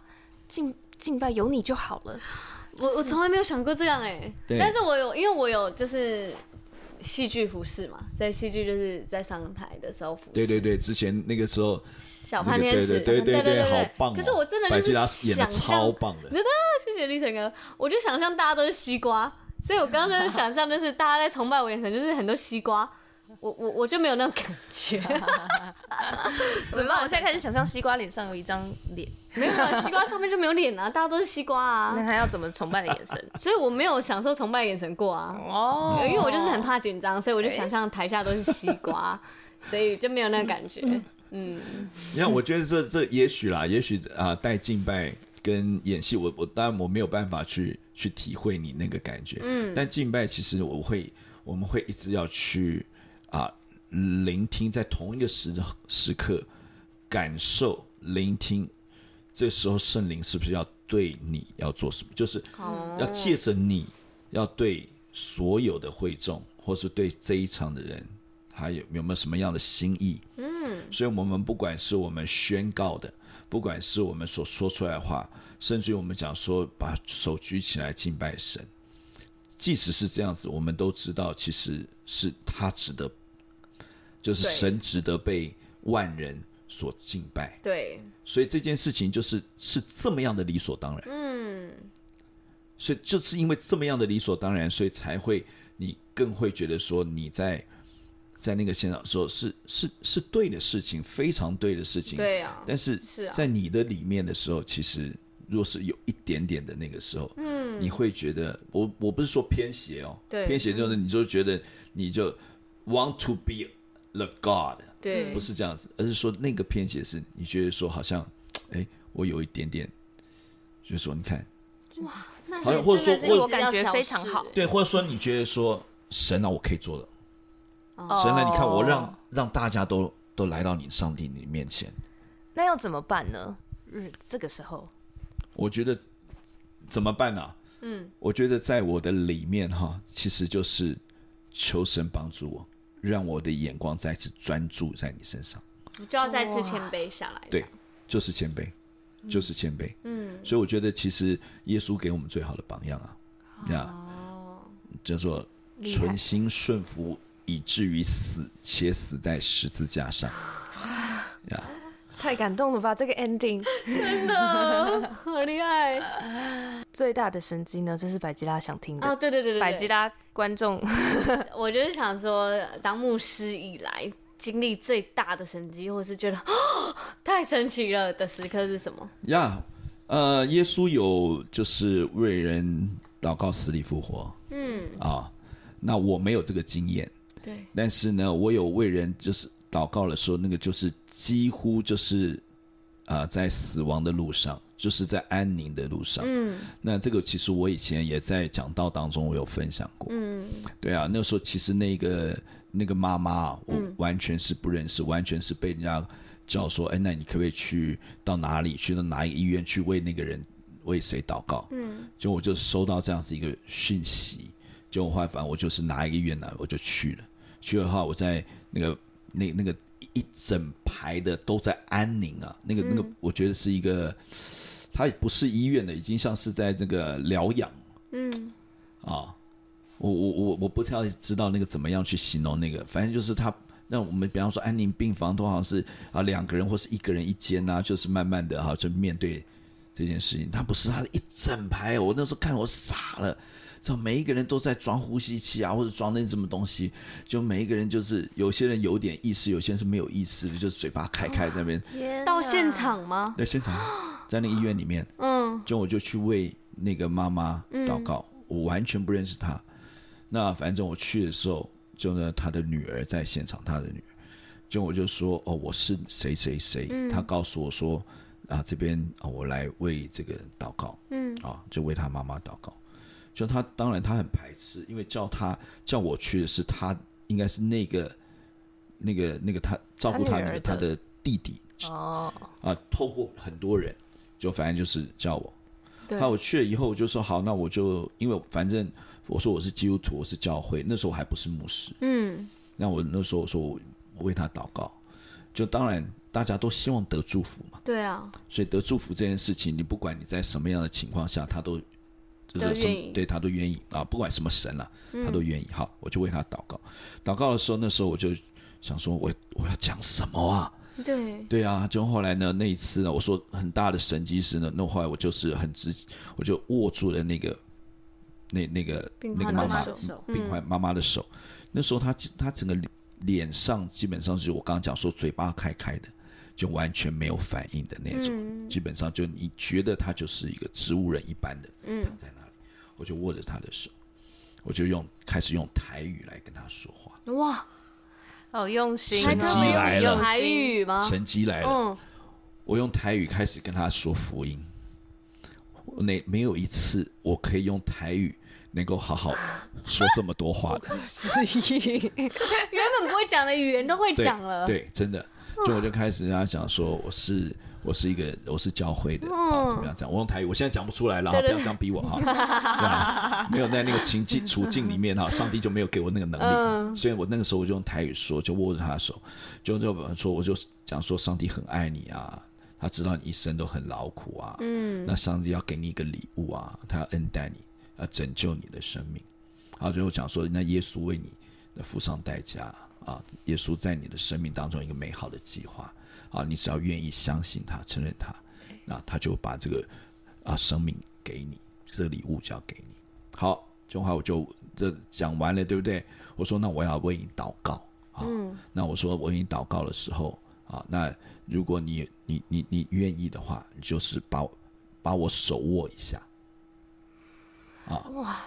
A: 敬敬拜有你就好了。
B: 我我从来没有想过这样哎、
C: 对
B: 但是我有，因为我有就是戏剧服饰嘛，在戏剧就是在上台的时候服饰，
C: 对对对，之前那个时候
B: 小
C: 那
B: 潘
C: 个
B: 天
C: 对
B: 使，
C: 对
B: 对
C: 对对
B: 对
C: 好棒哦！
B: 可是我真的
C: 白
B: 就是
C: 吉拉演
B: 想
C: 的超
B: 象，
C: 棒的，
B: 谢谢立成哥，我就想象大家都是西瓜，所以我刚刚在想象就是大家在崇拜我眼神就是很多西瓜。我我我就没有那种感 觉，
D: 怎么办？我现在开始想象西瓜脸上有一张脸，
B: 没有啊，西瓜上面就没有脸啊，大家都是西瓜
D: 那
B: 啊，
D: 他要怎么崇拜的眼 神？
B: 所以我没有享受崇拜眼神过啊。
D: 哦
B: 因为我就是很怕紧张，所以我就想象台下都是西 瓜，所以就没有那个感觉。 嗯，
C: 你看，我觉得这这也许啦，也许啊、呃带敬拜跟演戏，我我当然我没有办法去去体会你那个感觉，嗯，但敬拜其实我会我们会一直要去啊、聆听，在同一个时时刻感受聆听，这时候圣灵是不是要对你要做什么？就是
B: 哦
C: 要借着你要对所有的会众，或是对这一场的人，还有有没有什么样的心意？所以，我们不管是我们宣告的，不管是我们所说出来的话，甚至于我们讲说把手举起来敬拜神，即使是这样子，我们都知道，其实是他值得，就是
B: 对
C: 神值得被万人所敬拜。
B: 对，
C: 所以这件事情就是是这么样的理所当然。
B: 嗯，
C: 所以就是因为这么样的理所当然，所以才会你更会觉得说你在在那个现场的时候是是是对的事情，非常对的事情。
B: 对啊，
C: 但是
B: 是啊
C: 在你的里面的时候，其实若是有一点点的那个时候，嗯，你会觉得我我不是说偏邪哦，
B: 对嗯
C: 偏邪就是你就觉得你就 want to be the God，
B: 对
C: 不是这样子，而是说那个偏邪是你觉得说好像，哎，我有一点点，就是说你看，
B: 那
C: 好像或者说
B: 真的
C: 或
B: 是
C: 者
B: 我感觉非常
D: 要
B: 好
D: 调，
C: 对，或者说你觉得说神啊，我可以做的，
B: 哦
C: 神啊，你看我让让大家都都来到你上帝你面前，
D: 那要怎么办呢？嗯，这个时候
C: 我觉得怎么办呢、嗯，我觉得在我的里面哈，其实就是求神帮助我，让我的眼光再次专注在你身上。
B: 你就要再次谦卑下来。
C: 对，就是谦卑，就是谦卑。嗯，所以我觉得其实耶稣给我们最好的榜样啊，那叫做存心顺服，以至于死，且死在十字架上。呀，
A: 太感动了吧！这个 ending
B: 好厉害
A: 最大的神迹呢，这是百吉拉想听的。
B: 啊！对对对对对，
D: 百吉拉观众
B: 我就是想说，当牧师以来经历最大的神迹，或是觉得哦太神奇了的时刻是什么？
C: 呀，呃，耶稣有就是为人祷告死里复活
B: 嗯，
C: 啊，那我没有这个经验，
B: 对，
C: 但是呢，我有为人就是祷告的时候，那个就是几乎就是呃，在死亡的路上，就是在安宁的路上。嗯，那这个其实我以前也在讲道当中，我有分享过。嗯，对啊，那时候其实那个那个妈妈啊，我完全是不认识，完全是被人家叫说，哎，那你可不可以去到哪里，去到哪一个医院去为那个人为谁祷告？嗯，就我就收到这样子一个讯息，就我后来反正我就是哪一个医院呢，我就去了。去了的话，我在那个那那个一整排的都在安宁啊，那个那个，我觉得是一个，它也不是医院了，已经像是在这个疗养，嗯，啊，我我我我不太知道那个怎么样去形容那个，反正就是它。那我们比方说安宁病房都好像是啊两个人或是一个人一间呐、就是慢慢的哈、就面对这件事情。它不是，它是一整排，我那时候看我傻了，知道每一个人都在装呼吸器啊，或者装那什么东西，就每一个人就是有些人有点意识，有些人是没有意识的，就是嘴巴开开在那边。
B: 到现场吗？
C: 在现场，在那个医院里面，嗯，就我就去为那个妈妈祷告，我完全不认识她。那反正我去的时候，就呢，她的女儿在现场，她的女儿，就我就说，哦，我是谁谁谁，她告诉我说，啊，这边啊，我来为这个祷告，嗯，啊，就为她妈妈祷告。就她当然她很排斥，因为叫她叫我去的是她应该是那个那个那个她照顾她
A: 她女
C: 那个
A: 儿
C: 她的弟弟，
A: 哦，
C: 啊，透过很多人，就反正就是叫我。
B: 对
C: 那我去了以后，我就说好，那我就因为反正我说我是基督徒，我是教会，那时候我还不是牧师。
B: 嗯，
C: 那我那时候我说我为他祷告，就当然大家都希望得祝福嘛，
B: 对啊，
C: 所以得祝福这件事情，你不管你在什么样的情况下，他都就是
B: 都
C: 什么
B: 愿意嗯
C: 对他都愿意啊，不管什么神啦、他都愿意。好，我就为他祷告。祷告的时候，那时候我就想说我我要讲什么啊？
B: 对，
C: 对啊，就后来呢，那一次呢，我说很大的神机是呢，那后来我就是很直，我就握住了那个那那个
B: 病
C: 那个
B: 患
C: 妈
B: 的
C: 妈
B: 手
C: 嗯病患妈妈的手，那时候她她整个脸上基本上就是我刚刚讲说嘴巴开开的，就完全没有反应的那种，
B: 嗯
C: 基本上就你觉得她就是一个植物人一般的
B: 嗯
C: 躺在那里，我就握着她的手，我就用开始用台语来跟她说话，
B: 哇，
D: 好用心
C: 神机来了
B: 台语吗？
C: 神机来了。
B: 嗯，
C: 我用台语开始跟他说福音，我那没有一次我可以用台语能够好好说这么多话的，
B: 原本不会讲的语言都会
C: 对
B: 讲了，
C: 对，真的，就我就开始跟他讲说我是我是一个我是教会的啊，怎么样讲？我用台语，我现在讲不出来了，哈不要这样逼我 哈，对吧？没有在那个情境处境里面哈，上帝就没有给我那个能力，所以我那个时候我就用台语说，就握着他的手，就就说我就讲说上帝很爱你啊。他知道你一生都很劳苦啊，嗯，那上帝要给你一个礼物啊，他要恩待你，要拯救你的生命。然后最后讲说，那耶稣为你付上代价啊，耶稣在你的生命当中一个美好的计划啊，你只要愿意相信他，承认他，那他就把这个啊生命给你，这个礼物就要给你。好，这话我就这讲完了，对不对？我说那我要为你祷告啊，那我说我为你祷告的时候啊，那如果你你你你愿意的话，你就是把我把我手握一下，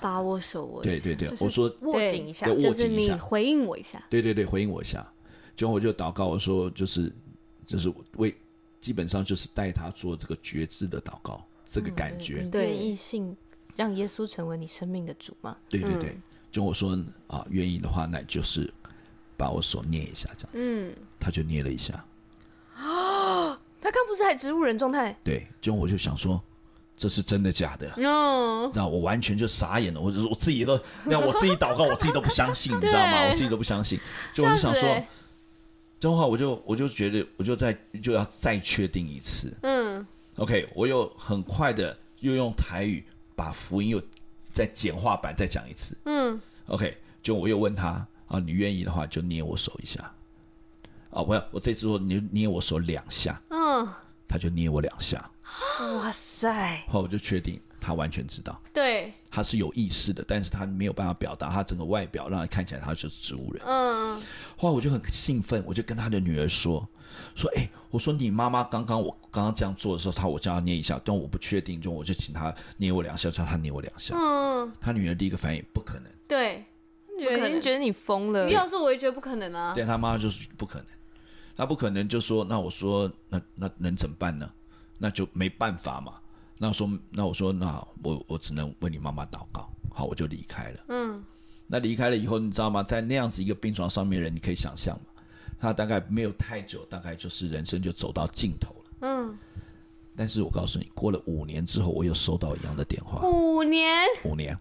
B: 把我手握，
C: 对对对，我说
D: 握紧一下
C: 对，
B: 就
C: 握
B: 是
C: 紧一
B: 你
C: 下，
B: 回应我一下，
C: 对对对，回应我一下。就我就祷告，我说就是就是为基本上就是带他做这个觉知的祷告，这个
B: 嗯
C: 感觉。
D: 你愿意信让耶稣成为你生命的主吗？
C: 对对
B: 嗯
C: 对，就我说啊，愿意的话，那就是把我手捏一下这样子。
B: 嗯，
C: 他就捏了一下，
D: 他刚不是还植物人状态？
C: 对，就我就想说这是真的假的。
B: 哦，
C: 知道我完全就傻眼了，我我自己都，那我自己 祷告，我自己都不相信，你知道吗？
B: 对
C: 我自己都不相信，就我就想
B: 吓死
C: 说
B: 欸，
C: 这话我就我就觉得我就再就要再确定一次，
B: 嗯，
C: OK，我又很快的又用台语把福音又再简化版再讲一次。嗯，OK，就我又问他啊，你愿意的话就捏我手一下。啊，我要我这次说你捏我手两下，
B: 嗯，
C: 他就捏我两下，
A: 嗯
D: 哇塞！
C: 后来我就确定他完全知道，
B: 对，
C: 他是有意识的，但是他没有办法表达，他整个外表让人看起来他就是植物人。
B: 嗯，
C: 后来我就很兴奋，我就跟他的女儿说：“说，哎、我说你妈妈刚刚我刚刚这样做的时候，她我叫她捏一下，但我不确定，就我就请她捏我两下，叫她捏我两下。
B: 嗯，
C: 她女儿第一个反应不可能，
B: 对，
D: 有
B: 可能
D: 人觉得你疯了，
B: 要是我也觉得不可能啊，
C: 但她妈妈就是不可能。他不可能就说，那我说那那能怎么办呢？那就没办法嘛。那我说那我说那我我只能为你妈妈祷告。好，我就离开了。嗯，那离开了以后，你知道吗？在那样子一个病床上面的人，你可以想象嘛，他大概没有太久，大概就是人生就走到尽头了。嗯，但是我告诉你，过了五年之后，我又收到一样的电话。
B: 五年，
C: 五年，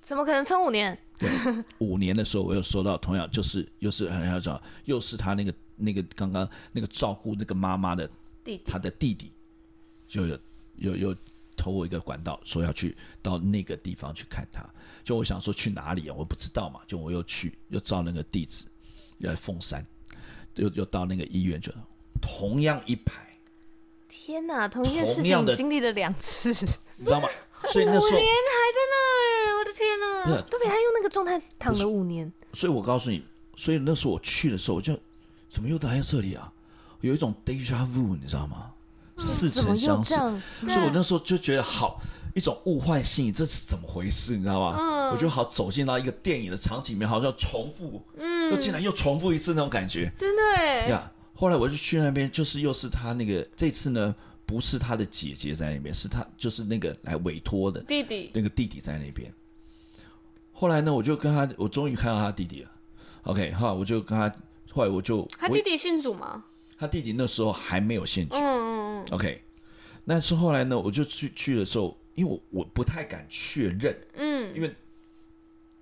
A: 怎么可能撑五年？
C: 五年的时候，我又收到同样就是又是很要找，又是他那个那个刚刚那个照顾那个妈妈的
A: 弟弟
C: 他的弟弟，就有又又投我一个管道，说要去到那个地方去看他。就我想说去哪里啊，我不知道嘛，就我又去又照那个地址，要来凤山，又又到那个医院去了，同样一排，
A: 天哪，同一件事
C: 同样
A: 情
C: 的
A: 经历了两 次，
C: 你知道吗？所以那时 候
B: 五年还在那儿，我的天哪！
C: 不是
A: 都被啊他用那个状态躺了五年。
C: 所以我告诉你，所以那时候我去的时候，我就怎么又来到这里啊？有一种 deja vu，你知道吗？似
A: 嗯怎么又
C: 曾相识
A: 这，样？
C: 所以我那时候就觉得好一种物换星移，这是怎么回事？你知道吗？
A: 嗯
C: 我觉得好走进到一个电影的场景里面，好像重复，嗯，又竟然又重复一次那种感觉
B: 真的哎，
C: 呀。后来我就去那边，就是又是他那个这次呢，不是他的姐姐在那边，是他就是那个来委托的，
B: 弟弟，
C: 那个弟弟在那边。后来呢，我就跟他，我终于看到他弟弟了。OK，哈，我就跟他，后来我就
B: 他
C: 我
B: 弟弟信主吗？
C: 他弟弟那时候还没有信主。
B: 嗯嗯
C: OK，但是后来呢，我就去去的时候，因为我我不太敢确认，
B: 嗯，
C: 因为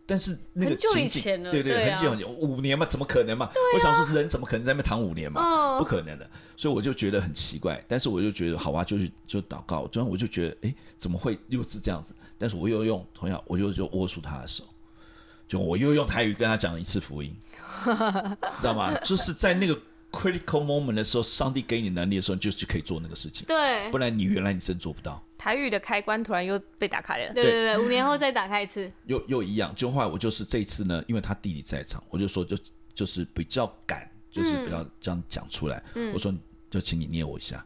C: 但是那个
B: 很久
C: 情
B: 以
C: 景，
B: 前了
C: 对
B: 对
C: 很
B: 啊
C: 久很久，五年嘛，怎么可能嘛？我想说人怎么可能在那边躺五年嘛？
B: 嗯
C: 不可能的，所以我就觉得很奇怪。但是我就觉得好吧，就是就祷告，然后我就觉得哎，怎么会又是这样子？但是我又用同样，我就就握住他的手。就我又用台语跟他讲一次福音，知道吗？就是在那个 critical moment 的时候，上帝给你能力的时候，你就是可以做那个事情。
B: 对
C: 不然你原来你真做不到。
D: 台语的开关突然又被打开了。
B: 对对对，五年后再打开一次，
C: 又又一样，就后来我就是这一次呢，因为他弟弟在场，我就说就就是比较敢，就是不要这样讲出来。我说就请你捏我一下，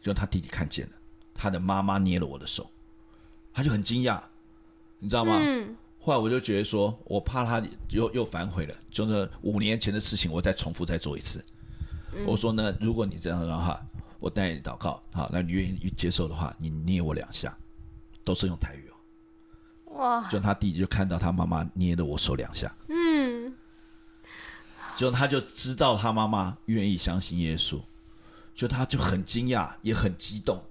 C: 就他弟弟看见了，他的妈妈捏了我的手，他就很惊讶，你知道吗？
B: 嗯，
C: 后来我就觉得说，我怕他又又反悔了，就是五年前的事情，我再重复再做一次。
B: 嗯
C: 我说呢，如果你这样的话，我带你祷告，好，那你愿意接受的话，你捏我两下，都是用台语哦。
A: 哇，
C: 就他弟弟就看到他妈妈捏了我手两下，嗯，就他就知道他妈妈愿意相信耶稣，就他就很惊讶，也很激动，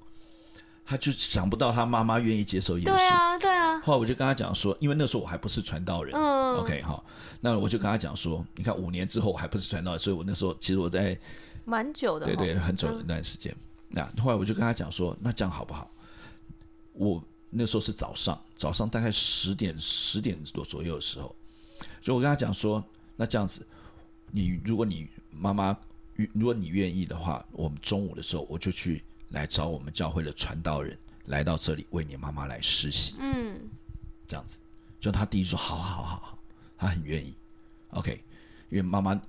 C: 他就想不到他妈妈愿意接受耶稣。
B: 对啊对啊，
C: 后来我就跟他讲说，因为那时候我还不是传道人、
B: 嗯
C: o k 好，那我就跟他讲说，你看五年之后我还不是传道人，所以我那时候其实我在
A: 蛮久的。
C: 对，对，很久一段时间。那后来我就跟他讲说，那这样好不好？我那时候是早上，早上大概十点十点多左右的时候，就我跟他讲说，那这样子，你如果你妈妈，如果你愿意的话，我们中午的时候我就去来找我们教会的传道人来到这里为你妈妈来施洗。
B: 嗯，
C: 这样子。就他弟弟说：“好啊好啊好啊好啊，他很愿意。”OK，因为妈妈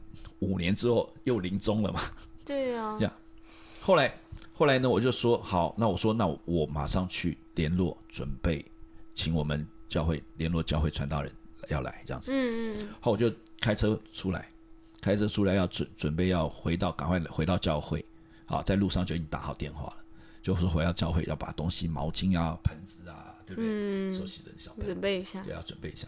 C: 五年之后又临终了嘛。
B: 对啊
C: 这，样后来后来呢，我就说：“好，那我说那我我马上去联络，准备请我们教会联络教会传道人要来这样子。
B: 嗯嗯
C: 后来我就开车出来，开车出来要准准备要回到，赶快回到教会。好，在路上就已经打好电话了，就是回到教会要把东西、毛巾啊、盆子啊，对不对？手洗的小
B: 嗯，
C: 盆
B: 准备一下，
C: 对，要准备一下。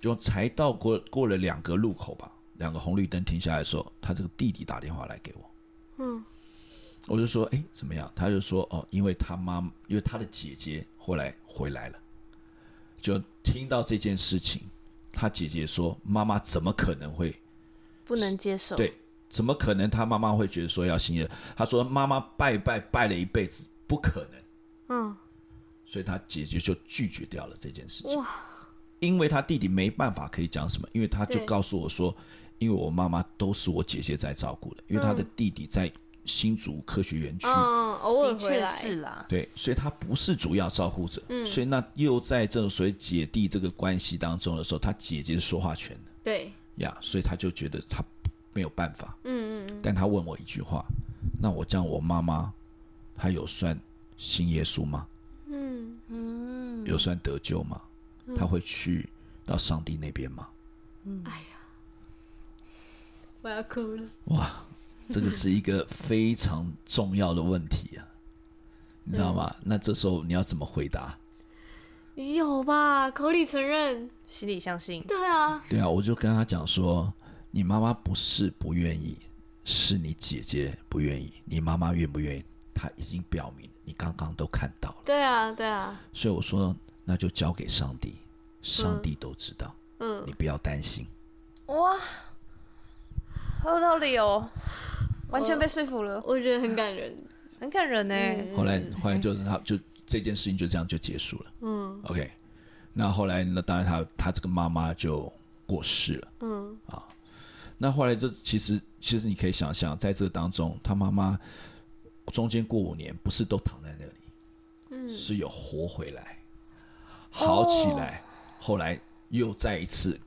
C: 就才到过过了两个路口吧，两个红绿灯停下来的时候，他这个弟弟打电话来给我，嗯，我就说，哎，怎么样？他就说，哦，因为他妈，因为他的姐姐后来回来了，就听到这件事情，他姐姐说，妈妈怎么可能会
A: 不能接受。
C: 对，怎么可能他妈妈会觉得说要信耶？他说妈妈拜拜拜了一辈子，不可能。
B: 嗯，
C: 所以他姐姐就拒绝掉了这件事情。因为他弟弟没办法可以讲什么，因为他就
B: 对
C: 告诉我说，因为我妈妈都是我姐姐在照顾的，因为他的弟弟在新竹科学园区，
B: 嗯，偶尔
A: 的
B: 回
A: 确
B: 来，
A: 是啦，
C: 对，所以他不是主要照顾者，
B: 嗯
C: 所以那又在这种所谓姐弟这个关系当中的时候，他姐姐是说话权的
B: 对，
C: 呀，所以他就觉得他没有办法，
B: 嗯嗯嗯，
C: 但他问我一句话：“那我这样，我妈妈她有算信耶稣吗？
B: 嗯，
C: 有算得救吗？她会去到上帝那边吗
B: 哎呀，我要哭了。
C: 哇，这个是一个非常重要的问题啊，你知道吗？那这时候你要怎么回答？
B: 你有吧？口里承认，
A: 心里相信，
B: 对啊，
C: 对啊，我就跟他讲说，你妈妈不是不愿意，是你姐姐不愿意。你妈妈愿不愿意？她已经表明，你刚刚都看到了。
B: 对啊，对啊，
C: 所以我说，那就交给上帝，上帝都知道。嗯，你不要担心。
A: 哇，好有道理哦，完全被说服了，嗯
B: 我觉得很感人。
A: 哦很感人呢、欸
C: 后来，后来就是他，就这件事情就这样就结束了。嗯，OK。那后来，那当然他他这个妈妈就过世了。嗯啊，那后来这其实其实你可以想象，在这个当中，他妈妈中间过五年不是都躺在那里，嗯，哦是有活回来，好起来，后来又再一次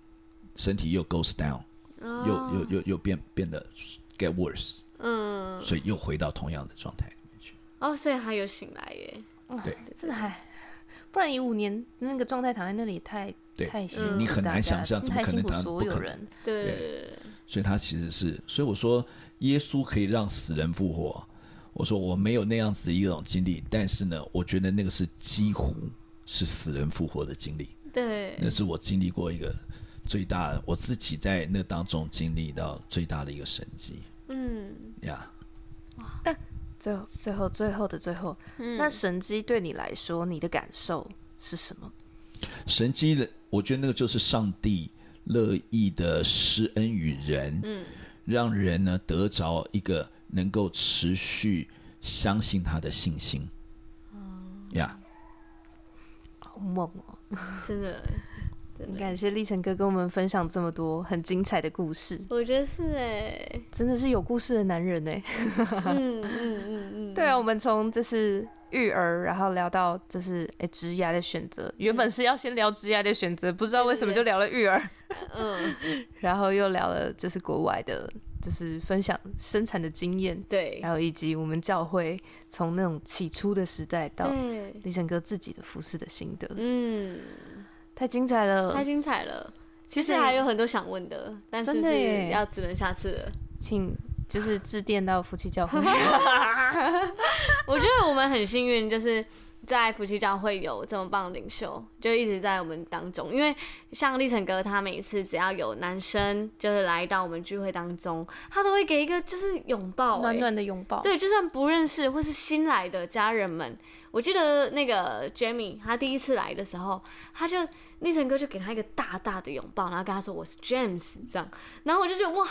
C: 身体又 goes down，、又又又又变变得 get worse，嗯，所以又回到同样的状态里面去。
B: 哦，所以他有醒来耶。
A: 真的还，不然以五年那个状态躺在那里也太
C: 对
A: 太辛
C: 嗯
A: 苦
C: 你很
A: 大
C: 难
A: 家
C: 想
A: 了
C: 象怎么
A: 太
C: 可
A: 辛
C: 能
A: 苦
C: 躺
A: 所
C: 不
A: 有
C: 可
A: 人，
B: 对
C: 对
B: 对对对，
C: 所以他其实是，所以我说耶稣可以让死人复活。我说我没有那样子一种经历，但是呢，我觉得那个是几乎是死人复活的经历，
B: 对，
C: 那是我经历过一个最大的，我自己在那当中经历到最大的一个神迹
B: 嗯，
C: 呀。
E: 最后最后最后的最后，
A: 嗯
E: 那神机对你来说，你的感受是什么？
C: 神迹的，我觉得那个就是上帝乐意的施恩于人，让人呢得着一个能够持续相信他的信心，呀、
E: 好猛哦！
B: 真的，真的，
A: 感谢立成哥跟我们分享这么多很精彩的故事，
B: 我觉得是哎。
A: 真的是有故事的男人欸呢、
B: 嗯嗯嗯嗯，
A: 对啊，我们从就是育儿，然后聊到就是诶职涯的选择，原本是要先聊职涯的选择，不知道为什么就聊了育儿，
B: 嗯，
A: 然后又聊了就是国外的，就是分享生产的经验，
B: 对
A: 然后以及我们教会从那种起初的时代到
B: 对，
A: 立成哥自己的服饰的心得，
B: 嗯，
A: 太精彩了
B: 太！精彩了。其实还有很多想问的，但是
A: 真的
B: 是
A: 耶
B: 要只能下次了。
A: 请就是致电到夫妻教 会，
B: 我觉得我们很幸运，就是在夫妻教会有这么棒的领袖，就一直在我们当中。因为像立成哥，他每一次只要有男生就是来到我们聚会当中，他都会给一个就是拥抱、欸，
A: 暖暖的拥抱，
B: 对，就算不认识或是新来的家人们，我记得那个 Jamie 他第一次来的时候，他就立成哥就给他一个大大的拥抱，然后跟他说我是 James 这样，然后我就觉得哇，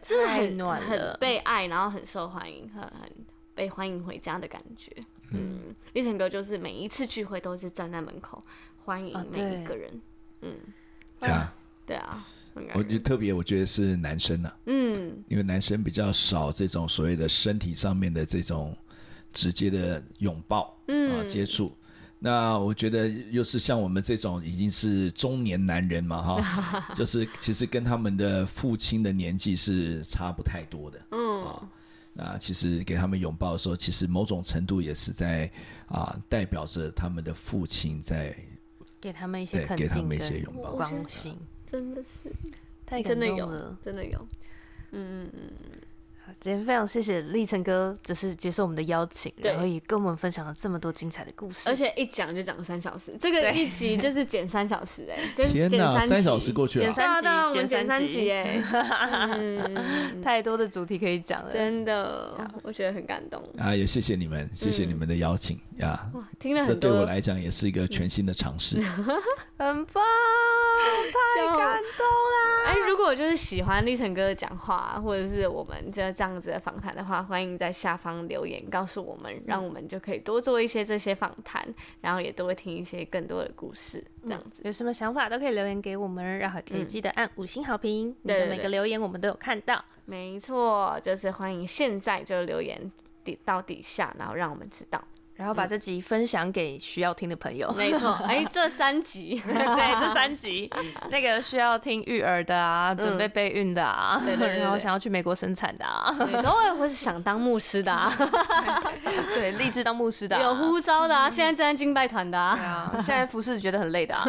B: 真的
A: 太
B: 很
A: 暖
B: 很
A: 了
B: 被爱，然后很受欢迎，很很被欢迎回家的感觉。嗯，立成哥就是每一次聚会都是站在门口欢迎
A: 哦
B: 每一
A: 对
B: 个人，
C: y 呀，
B: 对啊，很感
C: 我
B: 人
C: 觉得特别，我觉得是男生啊，
B: 嗯，
C: 因为男生比较少这种所谓的身体上面的这种直接的拥抱，
B: 嗯
C: 啊，接触。那我觉得又是像我们这种已经是中年男人嘛， 哈，就是其实跟他们的父亲的年纪是差不太多的，嗯
A: 哦
C: 啊，那其实给他们拥抱的时候，其实某种程度也是在啊代表着他们的父亲在
A: 给他们一些
C: 对
A: 肯
C: 给他
A: 定
C: 们一些
A: 跟
C: 拥抱，
A: 关心，
B: 真的是
A: 太感
B: 真的
A: 动
B: 有
A: 了，。
B: 真的有，嗯
A: 今天非常谢谢立成哥，就是接受我们的邀请，
B: 对
A: 然后也跟我们分享了这么多精彩的故事，
B: 而且一讲就讲三小时，这个一集就是减三小时 哎、欸，就是
C: 天
B: 减
C: 哪，
B: 三
C: 三小时过去了
A: 减三
B: 对啊
C: 啊，
A: 集
B: 对啊我
A: 减
B: 们减
A: 三
B: 三
A: 集
B: 集 哎、嗯，
A: 太多的主题可以讲了。
B: 真的，我觉得很感动
C: 啊，也谢谢你们，谢谢你们的邀请呀，
B: 嗯哇，听了
C: 这
B: 很
C: 对我
B: 多，
C: 来讲也是一个全新的尝试。
A: 很棒，太
B: 笑
A: 感动
B: 哎，如果就是喜欢立成哥的讲话，啊或者是我们就这样子的访谈的话，欢迎在下方留言告诉我们，让我们就可以多做一些这些访谈，然后也多听一些更多的故事，这样
A: 啦！有什么想法都可以留言给我们，然后也可以记得按五星好评。你
B: 嗯对
A: 的
B: 对
A: 每个
B: 对
A: 留言我们都有看到。
B: 没错，就是欢迎现在就留言底到底下，然后让我们知道。
A: 然后把这集分享给需要听的朋友。
B: 没 错，哎，这三 集，
A: 对，这三集，
B: 嗯
A: 那个需要听育儿的啊，准备备孕的啊，
B: 对对对对
A: 然后想要去美国生产的啊，
B: 对偶尔会是想当牧师的、啊，
A: 对，立志当牧师的、啊，
B: 有呼召的、啊，现在正在敬拜团 的、
A: 啊，
B: 啊，
A: 现在服侍觉得很累的啊，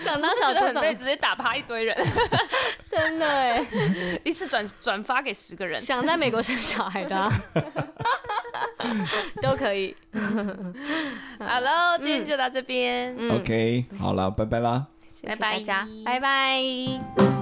B: 想
A: 当
B: 当
A: 小
B: 小
A: 的很
B: 特
A: 累，
B: 种，
A: 直接打趴一堆人，
B: 真的哎，
A: 一次转转发给十个人。
B: 想在美国生小孩的、啊，都可以。
A: 好喽，今
B: 嗯
A: 天就到这边，
C: OK，好了，拜拜啦。
B: 谢
A: 拜
B: 谢
A: 拜
B: 大家，拜拜。